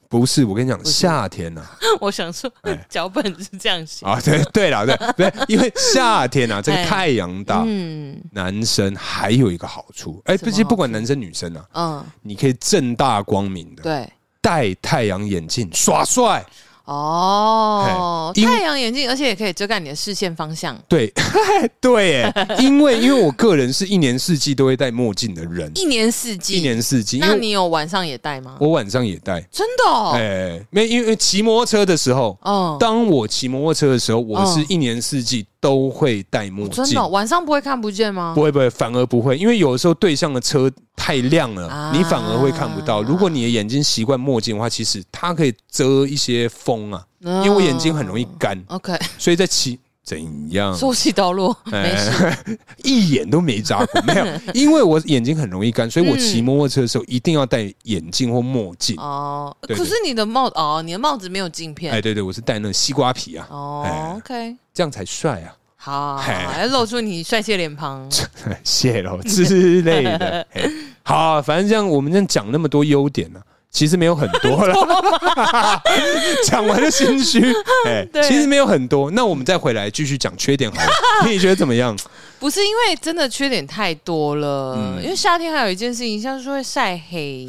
[SPEAKER 2] 不是我跟你讲，夏天呐、
[SPEAKER 1] 我想说， *laughs* 脚本是这样写。
[SPEAKER 2] 啊，啊，对对了，对，不是因为夏天啊，这个太阳大，
[SPEAKER 1] 哎嗯
[SPEAKER 2] 男生还有一个好处，哎，
[SPEAKER 1] 什么
[SPEAKER 2] 其实不
[SPEAKER 1] 好
[SPEAKER 2] 管男生女生啊，
[SPEAKER 1] 嗯，
[SPEAKER 2] 你可以正大光明的
[SPEAKER 1] 对。
[SPEAKER 2] 戴太阳眼镜耍帅，
[SPEAKER 1] 哦，
[SPEAKER 2] 嘿因为
[SPEAKER 1] 太阳眼镜，而且也可以遮盖你的视线方向。
[SPEAKER 2] 对 *laughs* 对耶，因为因为我个人是一年四季都会戴墨镜的人，
[SPEAKER 1] 一年四季，
[SPEAKER 2] 一年四季，因
[SPEAKER 1] 那
[SPEAKER 2] 为
[SPEAKER 1] 你有晚上也戴吗？
[SPEAKER 2] 我晚上也戴。
[SPEAKER 1] 真的哦，
[SPEAKER 2] 哎，没，因为骑摩托车的时候，
[SPEAKER 1] 嗯，
[SPEAKER 2] 当我骑摩托车的时候，我
[SPEAKER 1] 哦
[SPEAKER 2] 是一年四季都会戴墨
[SPEAKER 1] 真
[SPEAKER 2] 镜
[SPEAKER 1] 的哦，晚上不会看不见吗
[SPEAKER 2] 不？会不会，反而不会，因为有的时候对向的车太亮了
[SPEAKER 1] 啊，
[SPEAKER 2] 你反而会看不到。如果你的眼睛习惯墨镜的话，其实它可以遮一些风啊，因
[SPEAKER 1] 因
[SPEAKER 2] 为我眼睛很容易干，
[SPEAKER 1] 嗯
[SPEAKER 2] 嗯
[SPEAKER 1] OK，
[SPEAKER 2] 所以在骑怎样？
[SPEAKER 1] 收起刀落，
[SPEAKER 2] 哎
[SPEAKER 1] 没事。
[SPEAKER 2] 事， *laughs* 一眼都没眨过，没
[SPEAKER 1] *laughs*
[SPEAKER 2] 有，因为我眼睛很容易干，所以我骑
[SPEAKER 1] 嗯
[SPEAKER 2] 摩托车的时候一定要戴眼镜或墨镜。
[SPEAKER 1] 哦，
[SPEAKER 2] 对
[SPEAKER 1] 可是你的帽哦，你的帽子没有镜片。
[SPEAKER 2] 哎，对对，我是戴那个西瓜皮啊，哎
[SPEAKER 1] 哦，OK，
[SPEAKER 2] 这样才帅啊， *laughs*
[SPEAKER 1] 好，好好
[SPEAKER 2] 哎
[SPEAKER 1] 要露出你帅气的脸庞。
[SPEAKER 2] 谢喽之类
[SPEAKER 1] *laughs*
[SPEAKER 2] 的。哎好啊，反正这样我们这样讲那么多优点呢、其实没有很多了，
[SPEAKER 1] *laughs*
[SPEAKER 2] 讲完了心虚。哎，
[SPEAKER 1] 对
[SPEAKER 2] 其实没有很多，那我们再回来继续讲缺点好
[SPEAKER 1] *laughs*
[SPEAKER 2] 了。你觉得怎么样？
[SPEAKER 1] 不是因为真的缺点太多了，
[SPEAKER 2] 嗯
[SPEAKER 1] 因为夏天还有一件事情，像是会晒黑。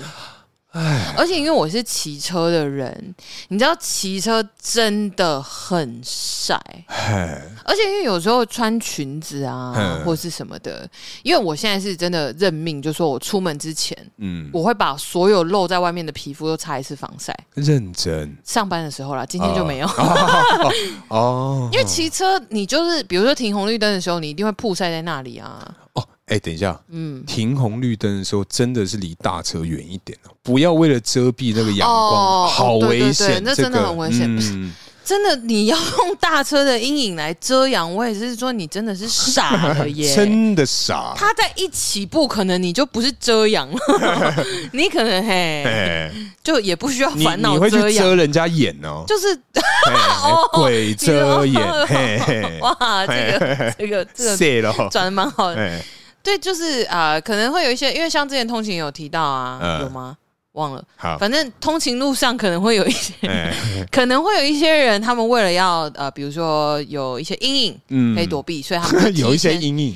[SPEAKER 1] 而且因为我是骑车的人，你知道骑车真的很晒，
[SPEAKER 2] 哎，
[SPEAKER 1] 而且因为有时候穿裙子啊
[SPEAKER 2] 嗯
[SPEAKER 1] 或是什么的，因为我现在是真的认命，就说我出门之前
[SPEAKER 2] 嗯，
[SPEAKER 1] 我会把所有露在外面的皮肤都擦一次防晒。
[SPEAKER 2] 认真。
[SPEAKER 1] 上班的时候啦，今天就没有，
[SPEAKER 2] 哦哦，
[SPEAKER 1] 因为骑车你就是比如说停红绿灯的时候，你一定会曝晒在那里啊。
[SPEAKER 2] 哦，哎、等一下，
[SPEAKER 1] 嗯，
[SPEAKER 2] 停红绿灯的时候，真的是离大车远一点哦，不要为了遮蔽那个阳光，
[SPEAKER 1] 哦
[SPEAKER 2] 好危险、
[SPEAKER 1] 对对对那真的
[SPEAKER 2] 这个
[SPEAKER 1] 很危险
[SPEAKER 2] 嗯，
[SPEAKER 1] 真的你要用大车的阴影来遮阳，我也是说你真的是傻了耶。
[SPEAKER 2] *laughs* 真的傻。
[SPEAKER 1] 它在一起步，可能你就不是遮阳
[SPEAKER 2] *laughs*
[SPEAKER 1] 了，你可能嘿， *laughs*
[SPEAKER 2] 哎，
[SPEAKER 1] 就也不需要
[SPEAKER 2] 你
[SPEAKER 1] 烦
[SPEAKER 2] 你
[SPEAKER 1] 恼
[SPEAKER 2] 会去
[SPEAKER 1] 遮阳，
[SPEAKER 2] 遮人家眼哦，
[SPEAKER 1] 就是
[SPEAKER 2] 嘿
[SPEAKER 1] *laughs* 哦
[SPEAKER 2] 鬼遮眼，嘿嘿，
[SPEAKER 1] 哇，这个这个这个
[SPEAKER 2] 谢了哦，
[SPEAKER 1] 转的蛮好的。
[SPEAKER 2] 哎，
[SPEAKER 1] 对，就是啊、呃可能会有一些，因为像之前通勤有提到啊，
[SPEAKER 2] 嗯
[SPEAKER 1] 有吗？忘了，
[SPEAKER 2] 好，
[SPEAKER 1] 反正通勤路上可能会有一些，
[SPEAKER 2] 哎，
[SPEAKER 1] *laughs* 可能会有一些人，他们为了要呃，比如说有一些阴影
[SPEAKER 2] 嗯
[SPEAKER 1] 可以
[SPEAKER 2] *laughs*
[SPEAKER 1] 躲避，所以他们
[SPEAKER 2] 有一些
[SPEAKER 1] 阴，
[SPEAKER 2] 阴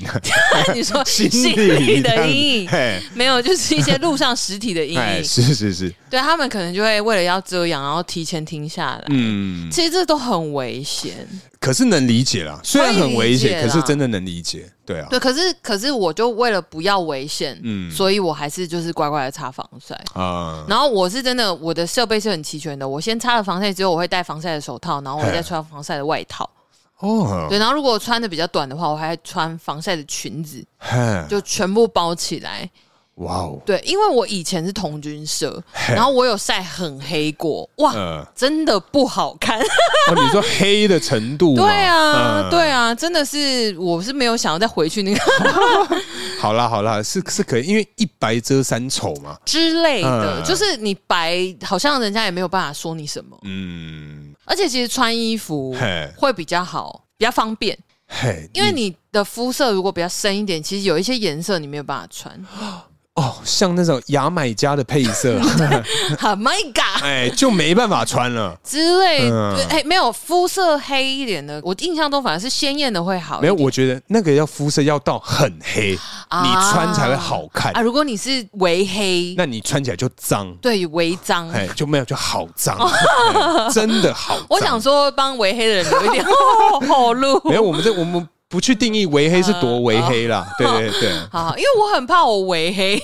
[SPEAKER 1] *laughs*
[SPEAKER 2] 影，
[SPEAKER 1] 你
[SPEAKER 2] *laughs*
[SPEAKER 1] 说
[SPEAKER 2] 心
[SPEAKER 1] 心
[SPEAKER 2] 理
[SPEAKER 1] 理的阴影。
[SPEAKER 2] 嘿，
[SPEAKER 1] 没有，就是一些路上实体的阴
[SPEAKER 2] *laughs* 哎，
[SPEAKER 1] 影，
[SPEAKER 2] 是是是，
[SPEAKER 1] 对他们可能就会为了要遮阳，然后提前停下来。
[SPEAKER 2] 嗯，
[SPEAKER 1] 其实这都很危险，
[SPEAKER 2] 可是能理解啦，虽然很危
[SPEAKER 1] 可以
[SPEAKER 2] 险，
[SPEAKER 1] 理解
[SPEAKER 2] 可
[SPEAKER 1] 啦
[SPEAKER 2] 是真的能理解，对啊，
[SPEAKER 1] 对。可是，可是我就为了不要危险，
[SPEAKER 2] 嗯
[SPEAKER 1] 所以我还是就是乖乖的擦防晒。
[SPEAKER 2] 啊，
[SPEAKER 1] 然后我是真的，我的设备是很齐全的。我先擦了防晒之后，我会戴防晒的手套，然后我
[SPEAKER 2] 哎
[SPEAKER 1] 再穿防晒的外套。
[SPEAKER 2] 哦，
[SPEAKER 1] 对，然后如果穿的比较短的话，我还会穿防晒的裙子，
[SPEAKER 2] 哎嘿，
[SPEAKER 1] 就全部包起来。
[SPEAKER 2] 哇哦，
[SPEAKER 1] 对，因为我以前是童军社，然后我有晒很黑过，哇，
[SPEAKER 2] 呃，
[SPEAKER 1] 真的不好
[SPEAKER 2] *laughs*
[SPEAKER 1] 看。
[SPEAKER 2] 哦，你说黑的程度吗？
[SPEAKER 1] 对啊，
[SPEAKER 2] 嗯
[SPEAKER 1] 对啊，真的是，我是没有想要再回去那个 *laughs*
[SPEAKER 2] 好啦好啦，是是可以，因为一白遮三丑嘛。
[SPEAKER 1] 之类的，
[SPEAKER 2] 嗯
[SPEAKER 1] 就是你白，好像人家也没有办法说你什么。
[SPEAKER 2] 嗯，
[SPEAKER 1] 而且其实穿衣服
[SPEAKER 2] 嘿嗯
[SPEAKER 1] 会比较好，比较方便。
[SPEAKER 2] 嘿，
[SPEAKER 1] 因为你的肤色如果比较深一点，其实有一些颜色你没有办法
[SPEAKER 2] *laughs*
[SPEAKER 1] 穿。
[SPEAKER 2] 哦，像那种牙买加的配色，啊
[SPEAKER 1] *laughs* Oh my god！
[SPEAKER 2] 哎，就没办法穿了。
[SPEAKER 1] 之类
[SPEAKER 2] 嗯
[SPEAKER 1] 的，哎、没有肤色黑一点的，我印象中反而是鲜艳的会好一
[SPEAKER 2] 没有，
[SPEAKER 1] 点。
[SPEAKER 2] 我觉得那个要肤色要到很黑，你
[SPEAKER 1] 啊
[SPEAKER 2] 穿才会好看
[SPEAKER 1] 啊！。如果你是微黑，
[SPEAKER 2] 那你穿起来就脏，
[SPEAKER 1] 对微脏，
[SPEAKER 2] 哎，就没有就好脏，哎真的好脏。
[SPEAKER 1] 哦 *laughs* 我想说帮微黑的人留一点 *laughs* 哦后后路。
[SPEAKER 2] 没有，我们这我们不去定义微黑是多微黑
[SPEAKER 1] 哦
[SPEAKER 2] 啦。对对对，
[SPEAKER 1] 好，因为我很怕我微黑，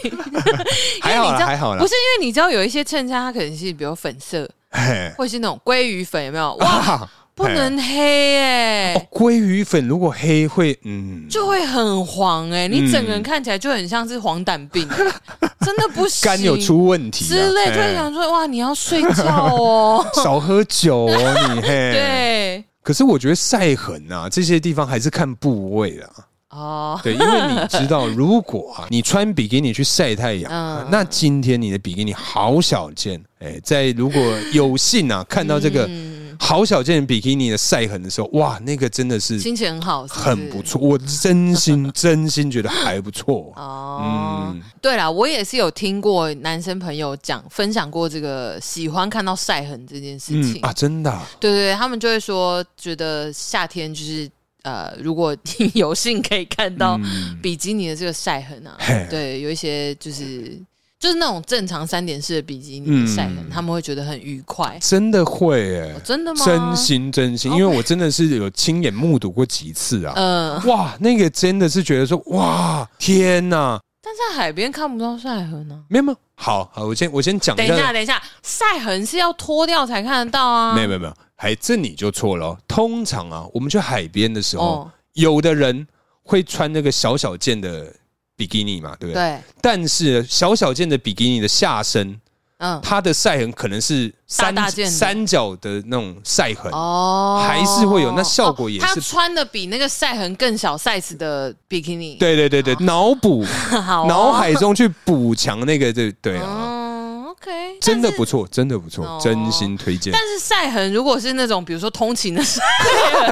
[SPEAKER 2] 还好
[SPEAKER 1] 你知
[SPEAKER 2] 啦
[SPEAKER 1] 道
[SPEAKER 2] 还好啦
[SPEAKER 1] 不。是因为你知道有一些衬衫，它可能是比如粉色，
[SPEAKER 2] 嘿
[SPEAKER 1] 或者是那种鲑鱼粉，有没有？哇，
[SPEAKER 2] 啊
[SPEAKER 1] 不
[SPEAKER 2] 嘿
[SPEAKER 1] 能黑哎、
[SPEAKER 2] 哦，鲑鱼粉如果黑会嗯，
[SPEAKER 1] 就会很黄哎、你整个人看起来就很像是黄疸病、欸
[SPEAKER 2] *laughs*
[SPEAKER 1] 真的不行。
[SPEAKER 2] 肝有出问题啊
[SPEAKER 1] 之类，就会
[SPEAKER 2] 哎
[SPEAKER 1] 想说哇，你要睡觉哦。
[SPEAKER 2] 少喝酒哦，
[SPEAKER 1] *laughs*
[SPEAKER 2] 你嘿。 *laughs* 对，
[SPEAKER 1] 对，
[SPEAKER 2] 可是我觉得晒痕啊，这些地方还是看部位啦。
[SPEAKER 1] 哦，
[SPEAKER 2] 对，因为你知道，如果啊，你穿比基尼去晒太阳，啊
[SPEAKER 1] 嗯
[SPEAKER 2] 那今天你的比基尼好小件。哎，在如果有
[SPEAKER 1] *laughs*
[SPEAKER 2] 幸啊看到这个
[SPEAKER 1] 嗯
[SPEAKER 2] 好小件比基尼的晒痕的时候，哇，那个真的是
[SPEAKER 1] 心情很好是是
[SPEAKER 2] 很不。错，我真心真心觉得还不错。
[SPEAKER 1] 哦，
[SPEAKER 2] 嗯，
[SPEAKER 1] 对啦，我也是有听过男生朋友讲分享过这个喜欢看到晒痕这件事
[SPEAKER 2] 嗯
[SPEAKER 1] 情。
[SPEAKER 2] 啊，真的啊、
[SPEAKER 1] 对对对，他们就会说，觉得夏天就是呃，如果你有幸可以看到
[SPEAKER 2] 嗯
[SPEAKER 1] 比基尼的这个晒痕
[SPEAKER 2] *laughs*
[SPEAKER 1] 啊
[SPEAKER 2] 嘿，
[SPEAKER 1] 对，有一些就是就是那种正常三点式的比基尼的晒痕，
[SPEAKER 2] 嗯
[SPEAKER 1] 他们会觉得很愉快。
[SPEAKER 2] 真的会哎、
[SPEAKER 1] 哦真的吗？哦
[SPEAKER 2] 真，心真心，因为我真的是有亲眼目睹过几次啊。
[SPEAKER 1] 嗯、
[SPEAKER 2] 哇，那个真的是觉得说，哇，天哪，
[SPEAKER 1] 但在海边看不到晒痕呢、
[SPEAKER 2] 没有没有，好好，我先我先讲
[SPEAKER 1] 等
[SPEAKER 2] 一
[SPEAKER 1] 一下，
[SPEAKER 2] 下，
[SPEAKER 1] 等一下，晒痕是要脱掉才看得到啊。
[SPEAKER 2] 没有没有没有，还这你就错了哦。通常啊，我们去海边的时候，
[SPEAKER 1] 哦
[SPEAKER 2] 有的人会穿那个小小件的比基尼嘛，对不对？
[SPEAKER 1] 对，
[SPEAKER 2] 但是小小件的比基尼的下身
[SPEAKER 1] 嗯
[SPEAKER 2] 它的晒痕可能是三
[SPEAKER 1] 大大件的
[SPEAKER 2] 三角的那种晒痕，
[SPEAKER 1] 哦，
[SPEAKER 2] 还是会有那效果也是
[SPEAKER 1] 他穿的比那个晒痕更小 size 的比基尼，，
[SPEAKER 2] 对对对对，脑补
[SPEAKER 1] *laughs* 好、哦，
[SPEAKER 2] 脑海中去补强那个，对对啊，
[SPEAKER 1] 嗯，OK，
[SPEAKER 2] 真的
[SPEAKER 1] 但是
[SPEAKER 2] 不错，真的不错
[SPEAKER 1] 哦，
[SPEAKER 2] 真心推荐
[SPEAKER 1] 但。是晒痕如果是那种，比如说通勤的时候， *laughs*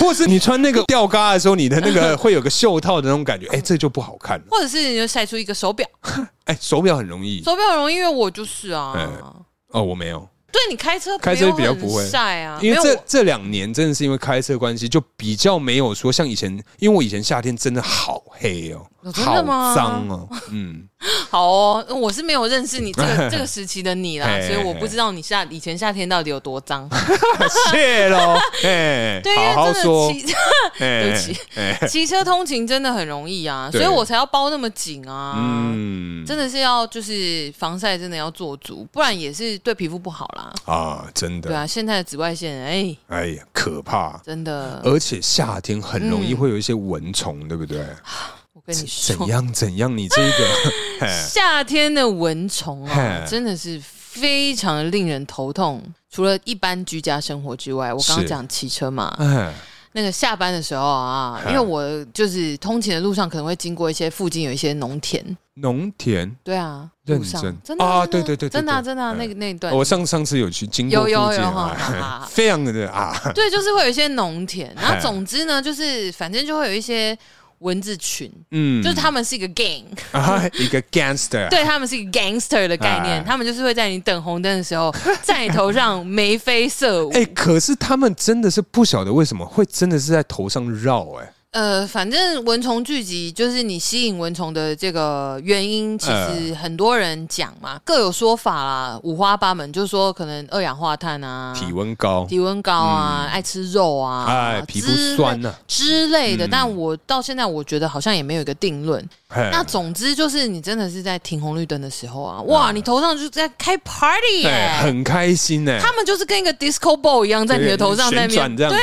[SPEAKER 2] 或是你穿那个吊嘎的时候，你的那个会有个袖套的那种
[SPEAKER 1] *laughs*
[SPEAKER 2] 感觉，哎，这就不好看了。
[SPEAKER 1] 或者是你就晒出一个手表，
[SPEAKER 2] 哎，手表很容易
[SPEAKER 1] 手表很容易，因为我就是啊，
[SPEAKER 2] 嗯哦，我没有，
[SPEAKER 1] 对你开车
[SPEAKER 2] 开车
[SPEAKER 1] 没有
[SPEAKER 2] 比较
[SPEAKER 1] 很
[SPEAKER 2] 不会
[SPEAKER 1] 晒啊，
[SPEAKER 2] 因
[SPEAKER 1] 没
[SPEAKER 2] 为
[SPEAKER 1] 有
[SPEAKER 2] 这
[SPEAKER 1] 我
[SPEAKER 2] 这两年真的是因为开车关系，就比较没有说像以前，因为我以前夏天真的好黑哦，
[SPEAKER 1] 哦真
[SPEAKER 2] 好
[SPEAKER 1] 的吗
[SPEAKER 2] 脏
[SPEAKER 1] *laughs*
[SPEAKER 2] 哦，嗯，
[SPEAKER 1] 好哦，我是没有认识你这
[SPEAKER 2] *laughs*
[SPEAKER 1] 个这个时期的你啦，
[SPEAKER 2] 嘿
[SPEAKER 1] 所以我不知道你夏以前夏天到底有多脏。
[SPEAKER 2] 谢喽，哎，
[SPEAKER 1] *laughs* 对，因
[SPEAKER 2] 好好
[SPEAKER 1] 为真的
[SPEAKER 2] 说，
[SPEAKER 1] 骑 *laughs*
[SPEAKER 2] 对
[SPEAKER 1] 不起，
[SPEAKER 2] 哎，
[SPEAKER 1] 骑车通勤真的很容易啊，
[SPEAKER 2] 对
[SPEAKER 1] 所以我才要包那么紧啊。
[SPEAKER 2] 嗯，
[SPEAKER 1] 真的是要就是防晒真的要做足，不然也是对皮肤不好啦。
[SPEAKER 2] 啊，真
[SPEAKER 1] 对
[SPEAKER 2] 的，
[SPEAKER 1] 啊，现在的紫外线，哎、
[SPEAKER 2] 哎呀，可怕。
[SPEAKER 1] 真的，
[SPEAKER 2] 而且夏天很容
[SPEAKER 1] 嗯
[SPEAKER 2] 易会有一些蚊虫，对不对？
[SPEAKER 1] 我跟你
[SPEAKER 2] *laughs* 怎
[SPEAKER 1] 说，
[SPEAKER 2] 样怎样？你这个
[SPEAKER 1] *laughs*
[SPEAKER 2] 嘿
[SPEAKER 1] 夏天的蚊虫啊，
[SPEAKER 2] 嘿
[SPEAKER 1] 真的是非常令人头痛。除了一般居家生活之外，我刚刚
[SPEAKER 2] 是
[SPEAKER 1] 讲骑车嘛，
[SPEAKER 2] 哎
[SPEAKER 1] 那个下班的时候啊，
[SPEAKER 2] 嗯
[SPEAKER 1] 因为我就是通勤的路上可能会经过一些附近有一些农田，
[SPEAKER 2] 农田，
[SPEAKER 1] 对啊，
[SPEAKER 2] 认
[SPEAKER 1] 路上
[SPEAKER 2] 真
[SPEAKER 1] 真的真
[SPEAKER 2] 啊
[SPEAKER 1] 的
[SPEAKER 2] 对对对对
[SPEAKER 1] 真的啊
[SPEAKER 2] 对
[SPEAKER 1] 真的啊
[SPEAKER 2] 嗯
[SPEAKER 1] 那个那一段
[SPEAKER 2] 我上上次有去经过
[SPEAKER 1] 有
[SPEAKER 2] 附
[SPEAKER 1] 有
[SPEAKER 2] 近
[SPEAKER 1] 有
[SPEAKER 2] 啊
[SPEAKER 1] 哈，哈哈
[SPEAKER 2] *laughs* 非常的啊，
[SPEAKER 1] 对，就是会有一些农田，然后
[SPEAKER 2] 嗯
[SPEAKER 1] 总之呢，就是反正就会有一些蚊子群，
[SPEAKER 2] 嗯，
[SPEAKER 1] 就是他们是一个
[SPEAKER 2] *laughs*
[SPEAKER 1] gang，
[SPEAKER 2] 啊，一个 gangster，
[SPEAKER 1] 对他们是一个 gangster 的概念，
[SPEAKER 2] 哎
[SPEAKER 1] 他们就是会在你等红灯的时候在你头上眉飞色舞
[SPEAKER 2] 哎、。可是他们真的是不晓得为什么会真的是在头上绕、哎，
[SPEAKER 1] 呃，反正蚊虫聚集就是你吸引蚊虫的这个原因，其
[SPEAKER 2] 嗯
[SPEAKER 1] 实很多人讲嘛，各有说法啦，五花八门，就是说可能二氧化碳啊，
[SPEAKER 2] 体温高，
[SPEAKER 1] 体温高啊，爱吃肉啊，
[SPEAKER 2] 哎，皮肤酸呐、
[SPEAKER 1] 之类之类的。
[SPEAKER 2] 嗯
[SPEAKER 1] 但我到现在我觉得好像也没有一个定论。
[SPEAKER 2] 嘿
[SPEAKER 1] 那总之就是你真的是在停红绿灯的时候啊，哇，你头上就是在开 party 耶、
[SPEAKER 2] 哎，很开心呢、
[SPEAKER 1] 他们就是跟一个 disco ball 一样，在你的头上在那
[SPEAKER 2] 旋转
[SPEAKER 1] 边。
[SPEAKER 2] 这样，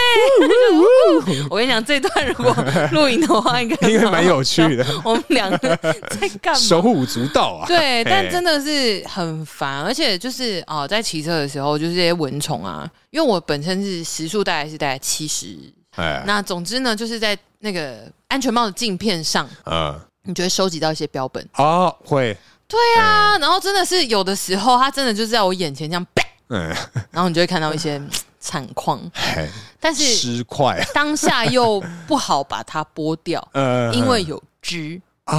[SPEAKER 1] 我跟你讲，这段如果录影的话，应该
[SPEAKER 2] *laughs* 应该蛮有趣的，
[SPEAKER 1] 我们两个在干
[SPEAKER 2] *laughs*
[SPEAKER 1] 嘛？
[SPEAKER 2] 手舞足蹈啊，
[SPEAKER 1] 对，但
[SPEAKER 2] 嘿
[SPEAKER 1] 真的是很烦，而且就是哦，在骑车的时候，就是这些蚊虫啊，因为我本身是时速大概是大概七十，
[SPEAKER 2] 哎，
[SPEAKER 1] 那总之呢，就是在那个安全帽的镜片上，
[SPEAKER 2] 嗯，
[SPEAKER 1] 你就会收集到一些标本
[SPEAKER 2] 啊，会，
[SPEAKER 1] 啊，然后真的是有的时候，它真的就是在我眼前这样，啪
[SPEAKER 2] 嗯，
[SPEAKER 1] 然后你就会看到一些惨况，
[SPEAKER 2] 嘿
[SPEAKER 1] 但是
[SPEAKER 2] 尸块，
[SPEAKER 1] 当下又不好把它剥掉，
[SPEAKER 2] 呃，
[SPEAKER 1] 因为有汁
[SPEAKER 2] 啊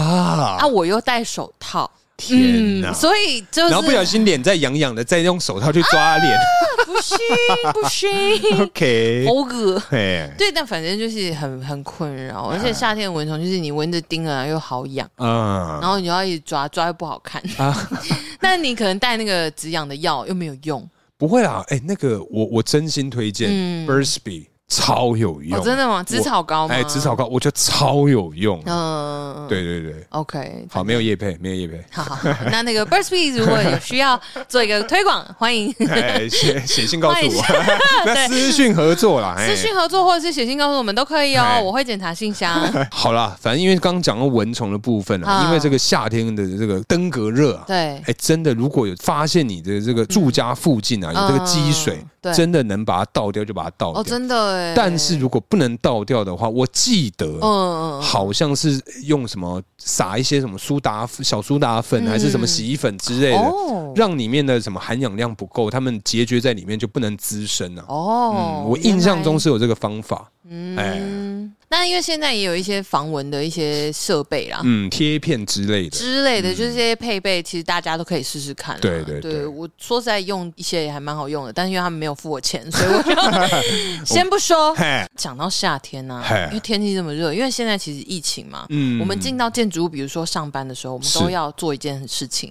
[SPEAKER 1] 啊，，我又戴手套，嗯
[SPEAKER 2] 天哪！
[SPEAKER 1] 所以就是啊
[SPEAKER 2] 然后不小心脸再痒痒的，再用手套去抓脸、 *laughs*
[SPEAKER 1] 不行不行，
[SPEAKER 2] o k
[SPEAKER 1] 好恶。
[SPEAKER 2] 嘿，
[SPEAKER 1] 对，但反正就是很很困扰，
[SPEAKER 2] 啊
[SPEAKER 1] 而且夏天的蚊虫就是你蚊子叮了又好痒，
[SPEAKER 2] 嗯，
[SPEAKER 1] 然后你又要一直抓，抓又不好看。
[SPEAKER 2] 啊
[SPEAKER 1] *laughs* 那你可能带那个止痒的药又没有用，
[SPEAKER 2] 不会啦，哎、那个我我真心推荐、
[SPEAKER 1] 嗯
[SPEAKER 2] Bursby，超有用，
[SPEAKER 1] 哦，真的吗？紫草膏吗？
[SPEAKER 2] 哎，紫草，膏我觉得超有用，
[SPEAKER 1] 嗯，
[SPEAKER 2] 对对对，
[SPEAKER 1] ，OK，
[SPEAKER 2] 好，没有叶配，没有
[SPEAKER 1] *laughs*
[SPEAKER 2] 叶配，
[SPEAKER 1] 好好好，那那个 Burst Bees 如果有需要做一个推广，欢迎
[SPEAKER 2] 哎，写写信告诉
[SPEAKER 1] 欢迎
[SPEAKER 2] 我， *laughs* 那私讯合作啦，哎
[SPEAKER 1] 私讯合作或者是写信告诉我们都可以哦
[SPEAKER 2] 哎，
[SPEAKER 1] 我会检查信箱。
[SPEAKER 2] *laughs* 好啦，反正因为刚刚讲到蚊虫的部分啊，
[SPEAKER 1] 啊
[SPEAKER 2] 因为这个夏天的这个登革热啊，
[SPEAKER 1] 对
[SPEAKER 2] 哎、，真的，如果有发现你的这个住家附近啊、有这个积水
[SPEAKER 1] 嗯，对
[SPEAKER 2] 真的能把它倒掉就把它倒掉。
[SPEAKER 1] 哦，真的哎，
[SPEAKER 2] 但是如果不能倒掉的话，我记得。
[SPEAKER 1] 嗯，嗯，嗯
[SPEAKER 2] 好像是用什么撒一些什么苏打粉小苏打粉、
[SPEAKER 1] 嗯
[SPEAKER 2] 还是什么洗衣粉之类的，
[SPEAKER 1] 哦
[SPEAKER 2] 让里面的什么含氧量不够，它们结节在里面就不能滋生啊。
[SPEAKER 1] 哦
[SPEAKER 2] 嗯，，我印象中是有这个方法。
[SPEAKER 1] 原来，
[SPEAKER 2] 哎
[SPEAKER 1] 嗯，那因为现在也有一些防蚊的一些设备啦。
[SPEAKER 2] 嗯，贴片之类的。
[SPEAKER 1] 之类的，就是这些配备，其实大家都可以试试看啦。啊
[SPEAKER 2] 对对对
[SPEAKER 1] 对，我说实在用一些也还蛮好用的，但是因为他们没有付我钱，所以
[SPEAKER 2] *laughs*
[SPEAKER 1] 我就 *laughs* 先不说。
[SPEAKER 2] 嘿，
[SPEAKER 1] 讲到夏天呢、
[SPEAKER 2] 嘿
[SPEAKER 1] 因为天气这么热，因为现在其实疫情嘛，
[SPEAKER 2] 嗯
[SPEAKER 1] 我们进到建筑物，比如说上班的时候，我们
[SPEAKER 2] 是
[SPEAKER 1] 都要做一件事情，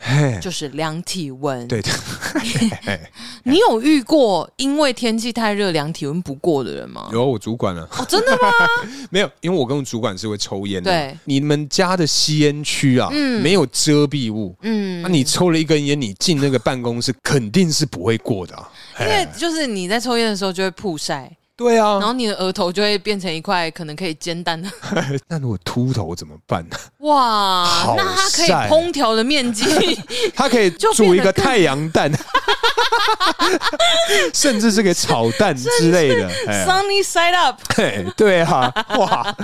[SPEAKER 2] 嘿，
[SPEAKER 1] 就是量体温。
[SPEAKER 2] 对对，嘿
[SPEAKER 1] 你有遇过因为天气太热量体温不过的人吗？
[SPEAKER 2] 有我主管啊，
[SPEAKER 1] 哦，真的吗？
[SPEAKER 2] *laughs* 没有，因为我跟我主管是会抽烟的。
[SPEAKER 1] 对，
[SPEAKER 2] 你们家的吸烟区啊，没有遮蔽物，啊
[SPEAKER 1] 嗯
[SPEAKER 2] 那、，你抽了一根烟，你进那个办公室肯定是不会过的、啊。
[SPEAKER 1] 因为就是你在抽烟的时候就会曝晒，
[SPEAKER 2] 对啊
[SPEAKER 1] 然，后你的额头就会变成一块可能可以煎蛋的，
[SPEAKER 2] 哎那如果秃头怎么办
[SPEAKER 1] *laughs*
[SPEAKER 2] 呢？
[SPEAKER 1] 哇
[SPEAKER 2] 好，
[SPEAKER 1] 那它可以
[SPEAKER 2] 晒
[SPEAKER 1] 烹调的面积
[SPEAKER 2] 它可以
[SPEAKER 1] 就变得
[SPEAKER 2] 煮一个
[SPEAKER 1] 更
[SPEAKER 2] 太阳
[SPEAKER 1] *laughs*
[SPEAKER 2] 蛋，甚至是个炒蛋之类的。 *laughs* 哎
[SPEAKER 1] sunny side up，
[SPEAKER 2] 嘿对啊，
[SPEAKER 1] *laughs*
[SPEAKER 2] 哇，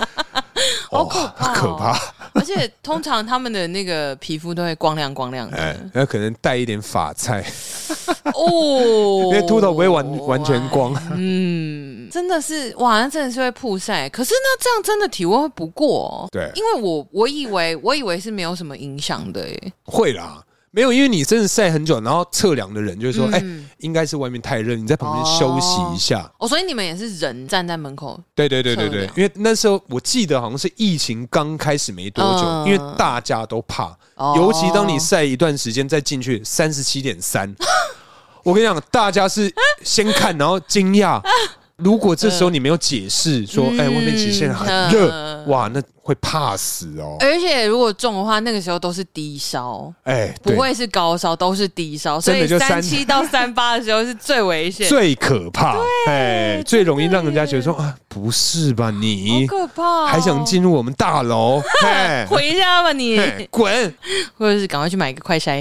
[SPEAKER 2] 好
[SPEAKER 1] 可怕哦
[SPEAKER 2] 可怕！
[SPEAKER 1] 而且通常他们的那个皮肤都会光亮光亮
[SPEAKER 2] 哎
[SPEAKER 1] 的，
[SPEAKER 2] 那可能带一点法菜，
[SPEAKER 1] 哦，
[SPEAKER 2] 因为秃头不会完完全光。
[SPEAKER 1] 嗯，真的是哇，那真的是会曝晒。可是那这样真的体温会不过、哦，
[SPEAKER 2] 对
[SPEAKER 1] 因为我我以为我以为是没有什么影响的耶。
[SPEAKER 2] 会啦，没有，因为你真的晒很久，然后测量的人就会说，哎、应该是外面太热，你在旁边休息一下。
[SPEAKER 1] 嗯哦，所以你们也是人站在门口，
[SPEAKER 2] 对对对对
[SPEAKER 1] 测
[SPEAKER 2] 对
[SPEAKER 1] 量，
[SPEAKER 2] 因为那时候我记得好像是疫情刚开始没多久，
[SPEAKER 1] 嗯
[SPEAKER 2] 因为大家都怕，
[SPEAKER 1] 哦
[SPEAKER 2] 尤其当你晒一段时间再进去，三十七点
[SPEAKER 1] *laughs*
[SPEAKER 2] 三，我跟你讲，大家是先看然后惊
[SPEAKER 1] *laughs*
[SPEAKER 2] 讶。如果这时候你没有解释说，哎、外面其实现在很热，
[SPEAKER 1] 嗯
[SPEAKER 2] 哇，那会怕死哦。
[SPEAKER 1] 而且如果中的话，那个时候都是低烧，
[SPEAKER 2] 哎、
[SPEAKER 1] 不
[SPEAKER 2] 对，
[SPEAKER 1] 会是高烧，都是低烧，所
[SPEAKER 2] 真的
[SPEAKER 1] 以
[SPEAKER 2] 就
[SPEAKER 1] 三
[SPEAKER 2] 三
[SPEAKER 1] 七到三八的时
[SPEAKER 2] *laughs*
[SPEAKER 1] 候是最危险，
[SPEAKER 2] 最可怕，哎，最容易让人家觉得说啊，不是吧你
[SPEAKER 1] 好可怕哦、
[SPEAKER 2] 还想进入我们大
[SPEAKER 1] *laughs*
[SPEAKER 2] 楼，哎
[SPEAKER 1] 回家吧你，
[SPEAKER 2] 哎滚
[SPEAKER 1] 或者是赶快去买一个快
[SPEAKER 2] *laughs*
[SPEAKER 1] 筛。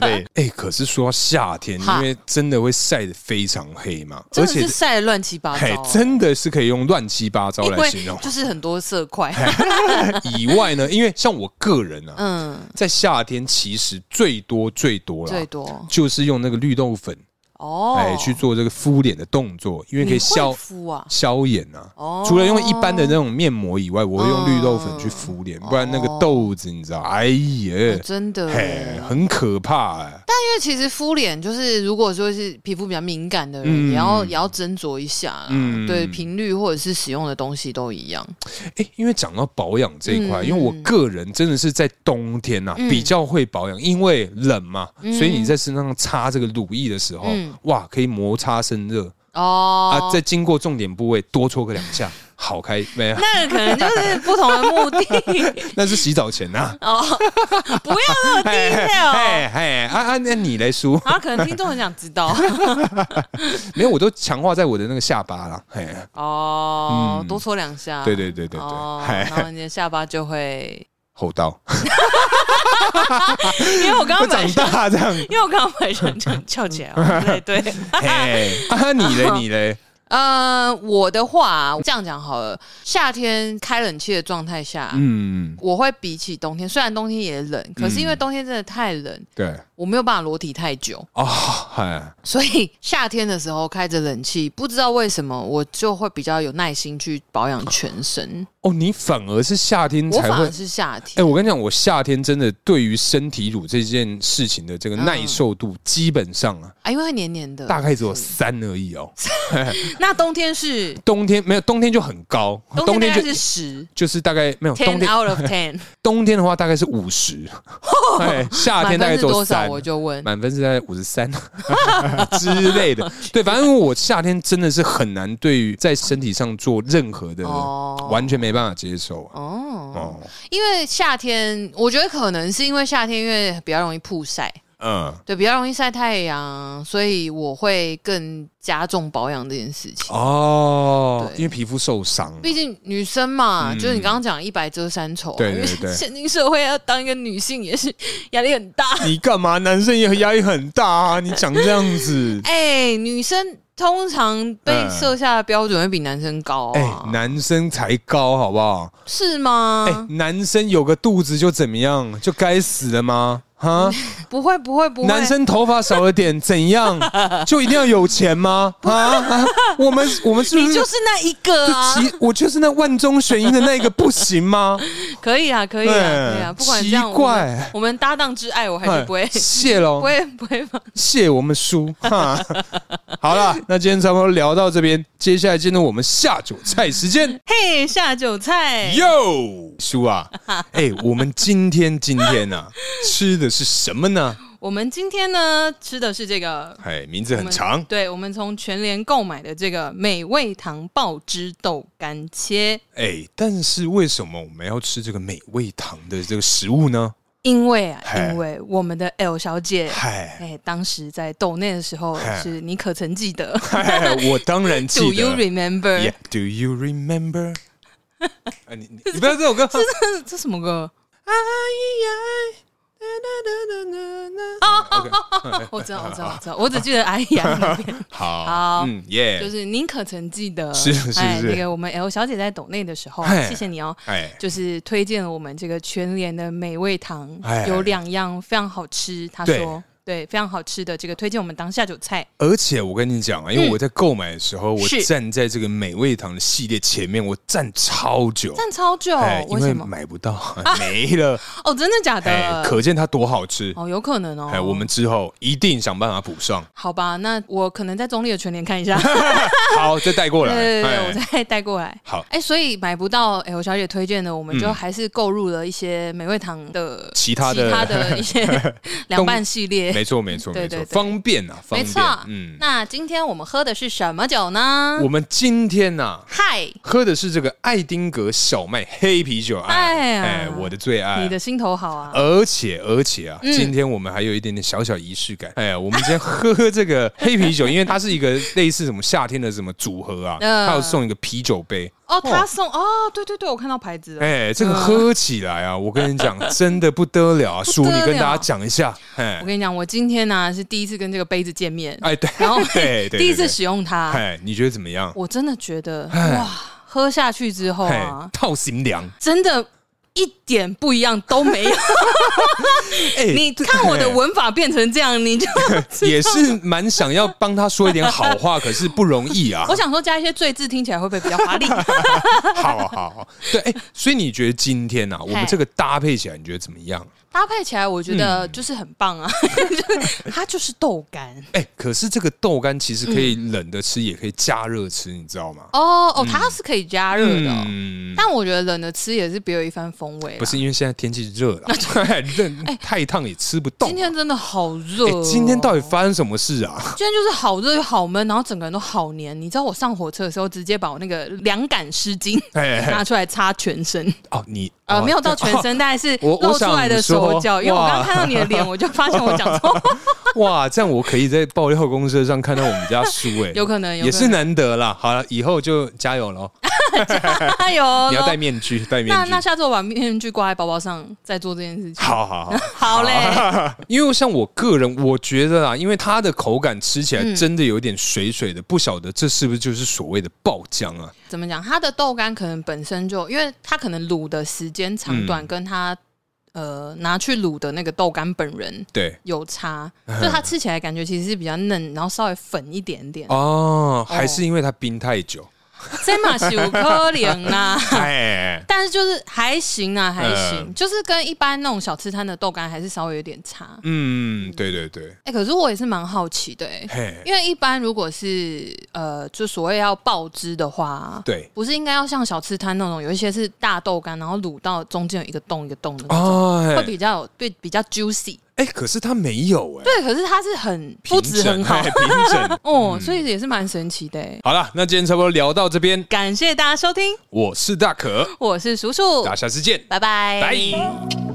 [SPEAKER 1] *laughs*
[SPEAKER 2] 类。哎，可是说到夏天，
[SPEAKER 1] 哈
[SPEAKER 2] 因为真的会晒得非常黑嘛，
[SPEAKER 1] 真
[SPEAKER 2] 而
[SPEAKER 1] 的
[SPEAKER 2] 且
[SPEAKER 1] 是晒得乱七八糟
[SPEAKER 2] 嘿
[SPEAKER 1] 哦，
[SPEAKER 2] 真的是可以用乱七八糟
[SPEAKER 1] 因
[SPEAKER 2] 来
[SPEAKER 1] 为
[SPEAKER 2] 形容。
[SPEAKER 1] 就是很多色块，
[SPEAKER 2] *laughs* 以外呢，因为像我个人啊，
[SPEAKER 1] 嗯，
[SPEAKER 2] 在夏天其实最多最多
[SPEAKER 1] 最
[SPEAKER 2] 了，
[SPEAKER 1] 多
[SPEAKER 2] 就是用那个绿豆粉，
[SPEAKER 1] 哦，
[SPEAKER 2] 哎，去做这个敷脸的动作，因为可以
[SPEAKER 1] 你会
[SPEAKER 2] 消
[SPEAKER 1] 敷啊，
[SPEAKER 2] 消炎啊。
[SPEAKER 1] 哦
[SPEAKER 2] 除了用一般的那种面膜以外，我会用绿豆粉去敷脸，不然那个豆子你知道，哎
[SPEAKER 1] 哦
[SPEAKER 2] 呀，
[SPEAKER 1] 真的耶，
[SPEAKER 2] 嘿，很可怕哎。
[SPEAKER 1] 但因为其实敷脸就是，如果说是皮肤比较敏感的人，
[SPEAKER 2] 嗯
[SPEAKER 1] 也要也要斟酌一下啊，
[SPEAKER 2] 嗯
[SPEAKER 1] 对频率或者是使用的东西都一样。
[SPEAKER 2] 哎，因为讲到保养这一块，
[SPEAKER 1] 嗯
[SPEAKER 2] 因为我个人真的是在冬天呐
[SPEAKER 1] 嗯
[SPEAKER 2] 比较会保养，因为冷嘛，
[SPEAKER 1] 嗯
[SPEAKER 2] 所以你在身上擦这个乳液的时候
[SPEAKER 1] 嗯，
[SPEAKER 2] 哇，可以摩擦生热
[SPEAKER 1] 哦，
[SPEAKER 2] 啊，再经过重点部位多搓个两下，好开
[SPEAKER 1] *laughs*
[SPEAKER 2] 没有？
[SPEAKER 1] 那可能就是不同的目的
[SPEAKER 2] 那是洗澡
[SPEAKER 1] *laughs*
[SPEAKER 2] 前呐。
[SPEAKER 1] 哦，不要那么低
[SPEAKER 2] 嘿嘿
[SPEAKER 1] 调。
[SPEAKER 2] 嘿嘿，啊啊，那你来梳，
[SPEAKER 1] 然后可能听众很想知
[SPEAKER 2] *laughs*
[SPEAKER 1] 道
[SPEAKER 2] 没有，我都强化在我的那个下巴了，嘿。
[SPEAKER 1] 哦，
[SPEAKER 2] 嗯
[SPEAKER 1] 多搓两下，
[SPEAKER 2] 对对对对对
[SPEAKER 1] 哦，
[SPEAKER 2] 嗨
[SPEAKER 1] 然后你的下巴就会，
[SPEAKER 2] 厚道， *laughs*
[SPEAKER 1] 因为我刚
[SPEAKER 2] 不
[SPEAKER 1] 刚买
[SPEAKER 2] 长，大这样。
[SPEAKER 1] 因为我刚刚买成就翘起来了，对对。
[SPEAKER 2] *laughs* 嘿，啊，你嘞，你嘞，
[SPEAKER 1] 呃，我的话这样讲好了，夏天开冷气的状态下，
[SPEAKER 2] 嗯，
[SPEAKER 1] 我会比起冬天，虽然冬天也冷，可是因为冬天真的太冷，
[SPEAKER 2] 对，
[SPEAKER 1] 我没有办法裸体太久， *laughs*
[SPEAKER 2] 哦，嗨，
[SPEAKER 1] 所以夏天的时候开着冷气，不知道为什么我就会比较有耐心去保养全身。
[SPEAKER 2] 哦，你反而是夏天
[SPEAKER 1] 我
[SPEAKER 2] 才
[SPEAKER 1] 反
[SPEAKER 2] 会
[SPEAKER 1] 而。是夏
[SPEAKER 2] 哎，
[SPEAKER 1] 天，
[SPEAKER 2] 我跟你讲，我夏天真的对于身体乳这件事情的
[SPEAKER 1] 嗯
[SPEAKER 2] 这个耐受度，基本上啊，
[SPEAKER 1] 啊，因为它黏黏的，
[SPEAKER 2] 大概只有三而已哦。
[SPEAKER 1] 那冬天是
[SPEAKER 2] 冬天没有，冬天就很高，
[SPEAKER 1] 冬天大概
[SPEAKER 2] 就是
[SPEAKER 1] 十
[SPEAKER 2] 就是大概没有冬
[SPEAKER 1] ，ten
[SPEAKER 2] 天，
[SPEAKER 1] out of ten，
[SPEAKER 2] 冬天的话大概是五十，哎 *laughs* 夏天大概
[SPEAKER 1] 哦满分是
[SPEAKER 2] 只有
[SPEAKER 1] 多少
[SPEAKER 2] 三，
[SPEAKER 1] 我就问。
[SPEAKER 2] 满分是在五十三 *laughs* 之
[SPEAKER 1] *laughs*
[SPEAKER 2] 类的。对，反正我夏天真的是很难对于在身体上做任何的，
[SPEAKER 1] 哦
[SPEAKER 2] 完全没办法接受啊。
[SPEAKER 1] 哦，
[SPEAKER 2] 哦，
[SPEAKER 1] 因为夏天，我觉得可能是因为夏天，因为比较容易曝晒，
[SPEAKER 2] 嗯，
[SPEAKER 1] 对，比较容易晒太阳，所以我会更加重保养这件事情。
[SPEAKER 2] 哦，
[SPEAKER 1] 对
[SPEAKER 2] 因为皮肤受伤，
[SPEAKER 1] 毕竟女生嘛，
[SPEAKER 2] 嗯
[SPEAKER 1] 就是你刚刚讲一白遮三丑、啊，
[SPEAKER 2] 对
[SPEAKER 1] 因
[SPEAKER 2] 对
[SPEAKER 1] 为
[SPEAKER 2] 对
[SPEAKER 1] 现今社会要当一个女性也是压力很大。，
[SPEAKER 2] *laughs* 你干嘛？男生也压力很大啊！你讲这样子
[SPEAKER 1] 哎、女生通常被
[SPEAKER 2] 嗯
[SPEAKER 1] 设下的标准会比男生高
[SPEAKER 2] 哎、
[SPEAKER 1] 啊，
[SPEAKER 2] 男生才高好不好？
[SPEAKER 1] 是吗？
[SPEAKER 2] 哎、男生有个肚子就怎么样？就该死了吗？哈，
[SPEAKER 1] 不会不会不会，
[SPEAKER 2] 男生头发少了点怎
[SPEAKER 1] *laughs*
[SPEAKER 2] 样？就一定要有钱吗？啊，啊我们我们是不
[SPEAKER 1] 你
[SPEAKER 2] 是
[SPEAKER 1] 就是那一个啊，
[SPEAKER 2] 就其我就是那万中选一的那一个，不行吗？
[SPEAKER 1] 可以啊可以啊
[SPEAKER 2] 对
[SPEAKER 1] 可以啊，不管这样，
[SPEAKER 2] 奇
[SPEAKER 1] 我
[SPEAKER 2] 怪
[SPEAKER 1] 们我们搭档之爱，我 *laughs* 还是不会
[SPEAKER 2] 哎谢
[SPEAKER 1] 不
[SPEAKER 2] 喽，
[SPEAKER 1] 会 *laughs* 不会放
[SPEAKER 2] 谢我们叔。
[SPEAKER 1] *laughs*
[SPEAKER 2] 哈，好了，那今天差不多聊到这边，接下来进入我们下酒菜时间。
[SPEAKER 1] 嘿下酒菜，
[SPEAKER 2] 哟，叔啊，
[SPEAKER 1] *laughs*
[SPEAKER 2] 哎、我们今天今天啊，吃的是什么呢？
[SPEAKER 1] 我们今天呢吃的是这个。
[SPEAKER 2] 哎，名字
[SPEAKER 1] 我
[SPEAKER 2] 很
[SPEAKER 1] 们
[SPEAKER 2] 长，
[SPEAKER 1] 对，我们从全联购买的这个美味堂爆汁豆干切，
[SPEAKER 2] 哎、但是为什么我们要吃这个美味堂的这个食物呢？
[SPEAKER 1] 因为啊，
[SPEAKER 2] 嘿
[SPEAKER 1] 因为我们的 L 小姐，
[SPEAKER 2] 嗨，
[SPEAKER 1] 哎，当时在抖内的时候
[SPEAKER 2] 嗨，
[SPEAKER 1] 是你可曾记得
[SPEAKER 2] 嗨我当
[SPEAKER 1] *laughs*
[SPEAKER 2] 然
[SPEAKER 1] ？Do
[SPEAKER 2] *laughs* 记
[SPEAKER 1] you
[SPEAKER 2] 得。
[SPEAKER 1] remember？、
[SPEAKER 2] Yeah, do
[SPEAKER 1] *laughs*
[SPEAKER 2] you remember？啊，你你你不要这首歌。
[SPEAKER 1] 这这什么歌？
[SPEAKER 2] 哎呀，哒哒哒哒哒
[SPEAKER 1] 啊
[SPEAKER 2] *laughs*
[SPEAKER 1] 我知道，我知道，我知道，我只记得哎呀那边。
[SPEAKER 2] 好，
[SPEAKER 1] 好
[SPEAKER 2] 嗯，耶，
[SPEAKER 1] 就是您可曾记得？
[SPEAKER 2] 是是是
[SPEAKER 1] 哎，那个我们 L 小姐在抖内的时候
[SPEAKER 2] 嗨，
[SPEAKER 1] 谢谢你哦。
[SPEAKER 2] 哎，
[SPEAKER 1] 就是推荐了我们这个全联的美味堂
[SPEAKER 2] 哎，
[SPEAKER 1] 有两样非常好吃。他
[SPEAKER 2] 对
[SPEAKER 1] 说，对，非常好吃的这个推荐我们当下酒菜。
[SPEAKER 2] 而且我跟你讲啊，因为我在购买的时候，我
[SPEAKER 1] 是
[SPEAKER 2] 站在这个美味堂的系列前面，我站超久，
[SPEAKER 1] 站超久
[SPEAKER 2] 哎，，因
[SPEAKER 1] 为什
[SPEAKER 2] 为
[SPEAKER 1] 么？
[SPEAKER 2] 买不到，没了，
[SPEAKER 1] 哦，真的假
[SPEAKER 2] 哎，
[SPEAKER 1] 的？
[SPEAKER 2] 可见它多好吃。
[SPEAKER 1] 哦，有可能哦。
[SPEAKER 2] 哎，我们之后一定想办法补上。
[SPEAKER 1] 好吧，那我可能在中立的全联看一下，
[SPEAKER 2] 好，再带过
[SPEAKER 1] 对
[SPEAKER 2] 来。
[SPEAKER 1] 对对对，我
[SPEAKER 2] *laughs* 哎
[SPEAKER 1] 再带过来。
[SPEAKER 2] 好，
[SPEAKER 1] 哎、所以买不到 L 小姐推荐的，我们就
[SPEAKER 2] 嗯
[SPEAKER 1] 还是购入了一些美味堂的
[SPEAKER 2] 其他的
[SPEAKER 1] 其他
[SPEAKER 2] *laughs*
[SPEAKER 1] 的一些凉拌系列。
[SPEAKER 2] 没错，没错，
[SPEAKER 1] 对
[SPEAKER 2] 没
[SPEAKER 1] 对
[SPEAKER 2] 错，
[SPEAKER 1] 对
[SPEAKER 2] 方便啊，方
[SPEAKER 1] 没
[SPEAKER 2] 便
[SPEAKER 1] 错。，
[SPEAKER 2] 嗯，
[SPEAKER 1] 那今天我们喝的是什么酒呢？
[SPEAKER 2] 我们今天呐。
[SPEAKER 1] 嗨，
[SPEAKER 2] 喝的是这个爱丁格小麦黑啤酒，
[SPEAKER 1] 哎呀
[SPEAKER 2] 哎，呃我的最爱，
[SPEAKER 1] 你的心头好啊！
[SPEAKER 2] 而且而且啊，
[SPEAKER 1] 嗯
[SPEAKER 2] 今天我们还有一点点小小仪式感。哎呀，我们今天喝这个黑啤酒，因为它是一个类似什么夏天的什么组合啊，
[SPEAKER 1] 嗯
[SPEAKER 2] 它有送一个啤酒杯。
[SPEAKER 1] 哦，他送哦，对对对，我看到牌子了。
[SPEAKER 2] 哎，这个喝起来啊，我跟你讲，真的不得了啊！叔，
[SPEAKER 1] 不得
[SPEAKER 2] 你
[SPEAKER 1] 了
[SPEAKER 2] 跟大家讲一下。哎
[SPEAKER 1] 我跟你讲，我今天呢、是第一次跟这个杯子见面，
[SPEAKER 2] 哎，对，
[SPEAKER 1] 然后
[SPEAKER 2] 对对对
[SPEAKER 1] 第一次使用它，
[SPEAKER 2] 哎，你觉得怎么样？
[SPEAKER 1] 我真的觉得哇，喝下去之后
[SPEAKER 2] 哎
[SPEAKER 1] 啊，，
[SPEAKER 2] 套心凉。
[SPEAKER 1] 真的。一点不一样都没
[SPEAKER 2] *laughs*
[SPEAKER 1] 有，
[SPEAKER 2] 哎，
[SPEAKER 1] 你看我的文法变成这样，你就
[SPEAKER 2] 哎也是蛮想要帮他说一点好
[SPEAKER 1] *laughs*
[SPEAKER 2] 话，可是不容易啊
[SPEAKER 1] 我。想说加一些“醉”字，听起来会不会比较华
[SPEAKER 2] *laughs*
[SPEAKER 1] 丽？ *laughs*
[SPEAKER 2] 好好好，对，哎，所以你觉得今天呐，我们
[SPEAKER 1] 嗨
[SPEAKER 2] 这个搭配起来，你觉得怎么样？
[SPEAKER 1] 搭配起来，我觉得
[SPEAKER 2] 嗯
[SPEAKER 1] 就是很棒
[SPEAKER 2] *laughs*
[SPEAKER 1] 啊，就是它就是豆干。
[SPEAKER 2] 哎、可是这个豆干其实可以
[SPEAKER 1] 嗯
[SPEAKER 2] 冷的吃，也可以加热吃，你知道吗？
[SPEAKER 1] 哦哦，它是可以加热的哦、
[SPEAKER 2] 嗯，
[SPEAKER 1] 但我觉得冷的吃也是别有一番风味啦。啊
[SPEAKER 2] 不是因为现在天气热了， *laughs* 热太烫也吃不动。
[SPEAKER 1] 哎
[SPEAKER 2] 啊
[SPEAKER 1] 今天真的好热、
[SPEAKER 2] 哎
[SPEAKER 1] 哦
[SPEAKER 2] 今天到底发生什么事啊？
[SPEAKER 1] 今天就是好热又好闷，然后整个人都好黏。你知道我上火车的时候，直接把我那个凉感湿
[SPEAKER 2] *laughs*
[SPEAKER 1] 巾
[SPEAKER 2] 哎、
[SPEAKER 1] 拿出来擦全身，
[SPEAKER 2] 哦，你
[SPEAKER 1] 呃，
[SPEAKER 2] 哦
[SPEAKER 1] 没有到全
[SPEAKER 2] 这
[SPEAKER 1] 身，但是
[SPEAKER 2] 我我
[SPEAKER 1] 露出来的
[SPEAKER 2] 想说
[SPEAKER 1] 手脚。因为我
[SPEAKER 2] 哇
[SPEAKER 1] 刚刚看到你的脸，我就发现我讲错，
[SPEAKER 2] *laughs* 哦哇，这样我可以在爆料公社上看到我们家书
[SPEAKER 1] *laughs*
[SPEAKER 2] 哎、
[SPEAKER 1] 有可能，有
[SPEAKER 2] 也
[SPEAKER 1] 可
[SPEAKER 2] 是
[SPEAKER 1] 能。
[SPEAKER 2] 难得啦。好了，以后就加油喽！
[SPEAKER 1] 哎呦，
[SPEAKER 2] 你要
[SPEAKER 1] 那
[SPEAKER 2] 戴面具，戴面
[SPEAKER 1] 那
[SPEAKER 2] 具
[SPEAKER 1] 那。下次我把面具挂在包包上，再做这件事情。
[SPEAKER 2] 好好好， *laughs*
[SPEAKER 1] 好嘞，
[SPEAKER 2] 因为像我个人，我觉得啊，因为它的口感吃起
[SPEAKER 1] 嗯
[SPEAKER 2] 来真的有点水水的，不晓得这是不是就是所谓的爆浆啊？
[SPEAKER 1] 怎么讲？它的豆干可能本身就，因为它可能卤的时间长
[SPEAKER 2] 嗯
[SPEAKER 1] 短跟它、呃拿去卤的那个豆干本人
[SPEAKER 2] 对，
[SPEAKER 1] 有差，
[SPEAKER 2] 嗯
[SPEAKER 1] 就它吃起来感觉其实是比较嫩，然后稍微粉一点点。
[SPEAKER 2] 哦，还是因为它冰太
[SPEAKER 1] *laughs*
[SPEAKER 2] 久。
[SPEAKER 1] 这嘛是有可怜啦， *laughs*
[SPEAKER 2] 哎，
[SPEAKER 1] 但是就是还行啊，还行，
[SPEAKER 2] 嗯
[SPEAKER 1] 就是跟一般那种小吃摊的豆干还是稍微有点差。
[SPEAKER 2] 嗯，对对对，
[SPEAKER 1] 哎、可是我也是蛮好奇的、欸，
[SPEAKER 2] 嘿，
[SPEAKER 1] 因为一般如果是呃，就所谓要爆汁的话，
[SPEAKER 2] 对
[SPEAKER 1] 不是应该要像小吃摊那种，有一些是大豆干，然后卤到中间有一个洞一个洞的那种，
[SPEAKER 2] 哦，
[SPEAKER 1] 会
[SPEAKER 2] 嘿
[SPEAKER 1] 比较有对比较 juicy。
[SPEAKER 2] 哎，可是它没
[SPEAKER 1] *laughs*
[SPEAKER 2] 有哎，
[SPEAKER 1] 对，可是它是很肤质很好。
[SPEAKER 2] 平整嘿平嗯整
[SPEAKER 1] 哦，所以也是蛮神奇的欸。
[SPEAKER 2] 好了，那今天差不多聊到这边，
[SPEAKER 1] 感谢大家收听，
[SPEAKER 2] 我是大可，
[SPEAKER 1] 我是叔叔
[SPEAKER 2] 大，家下次见，
[SPEAKER 1] 拜拜，
[SPEAKER 2] 拜。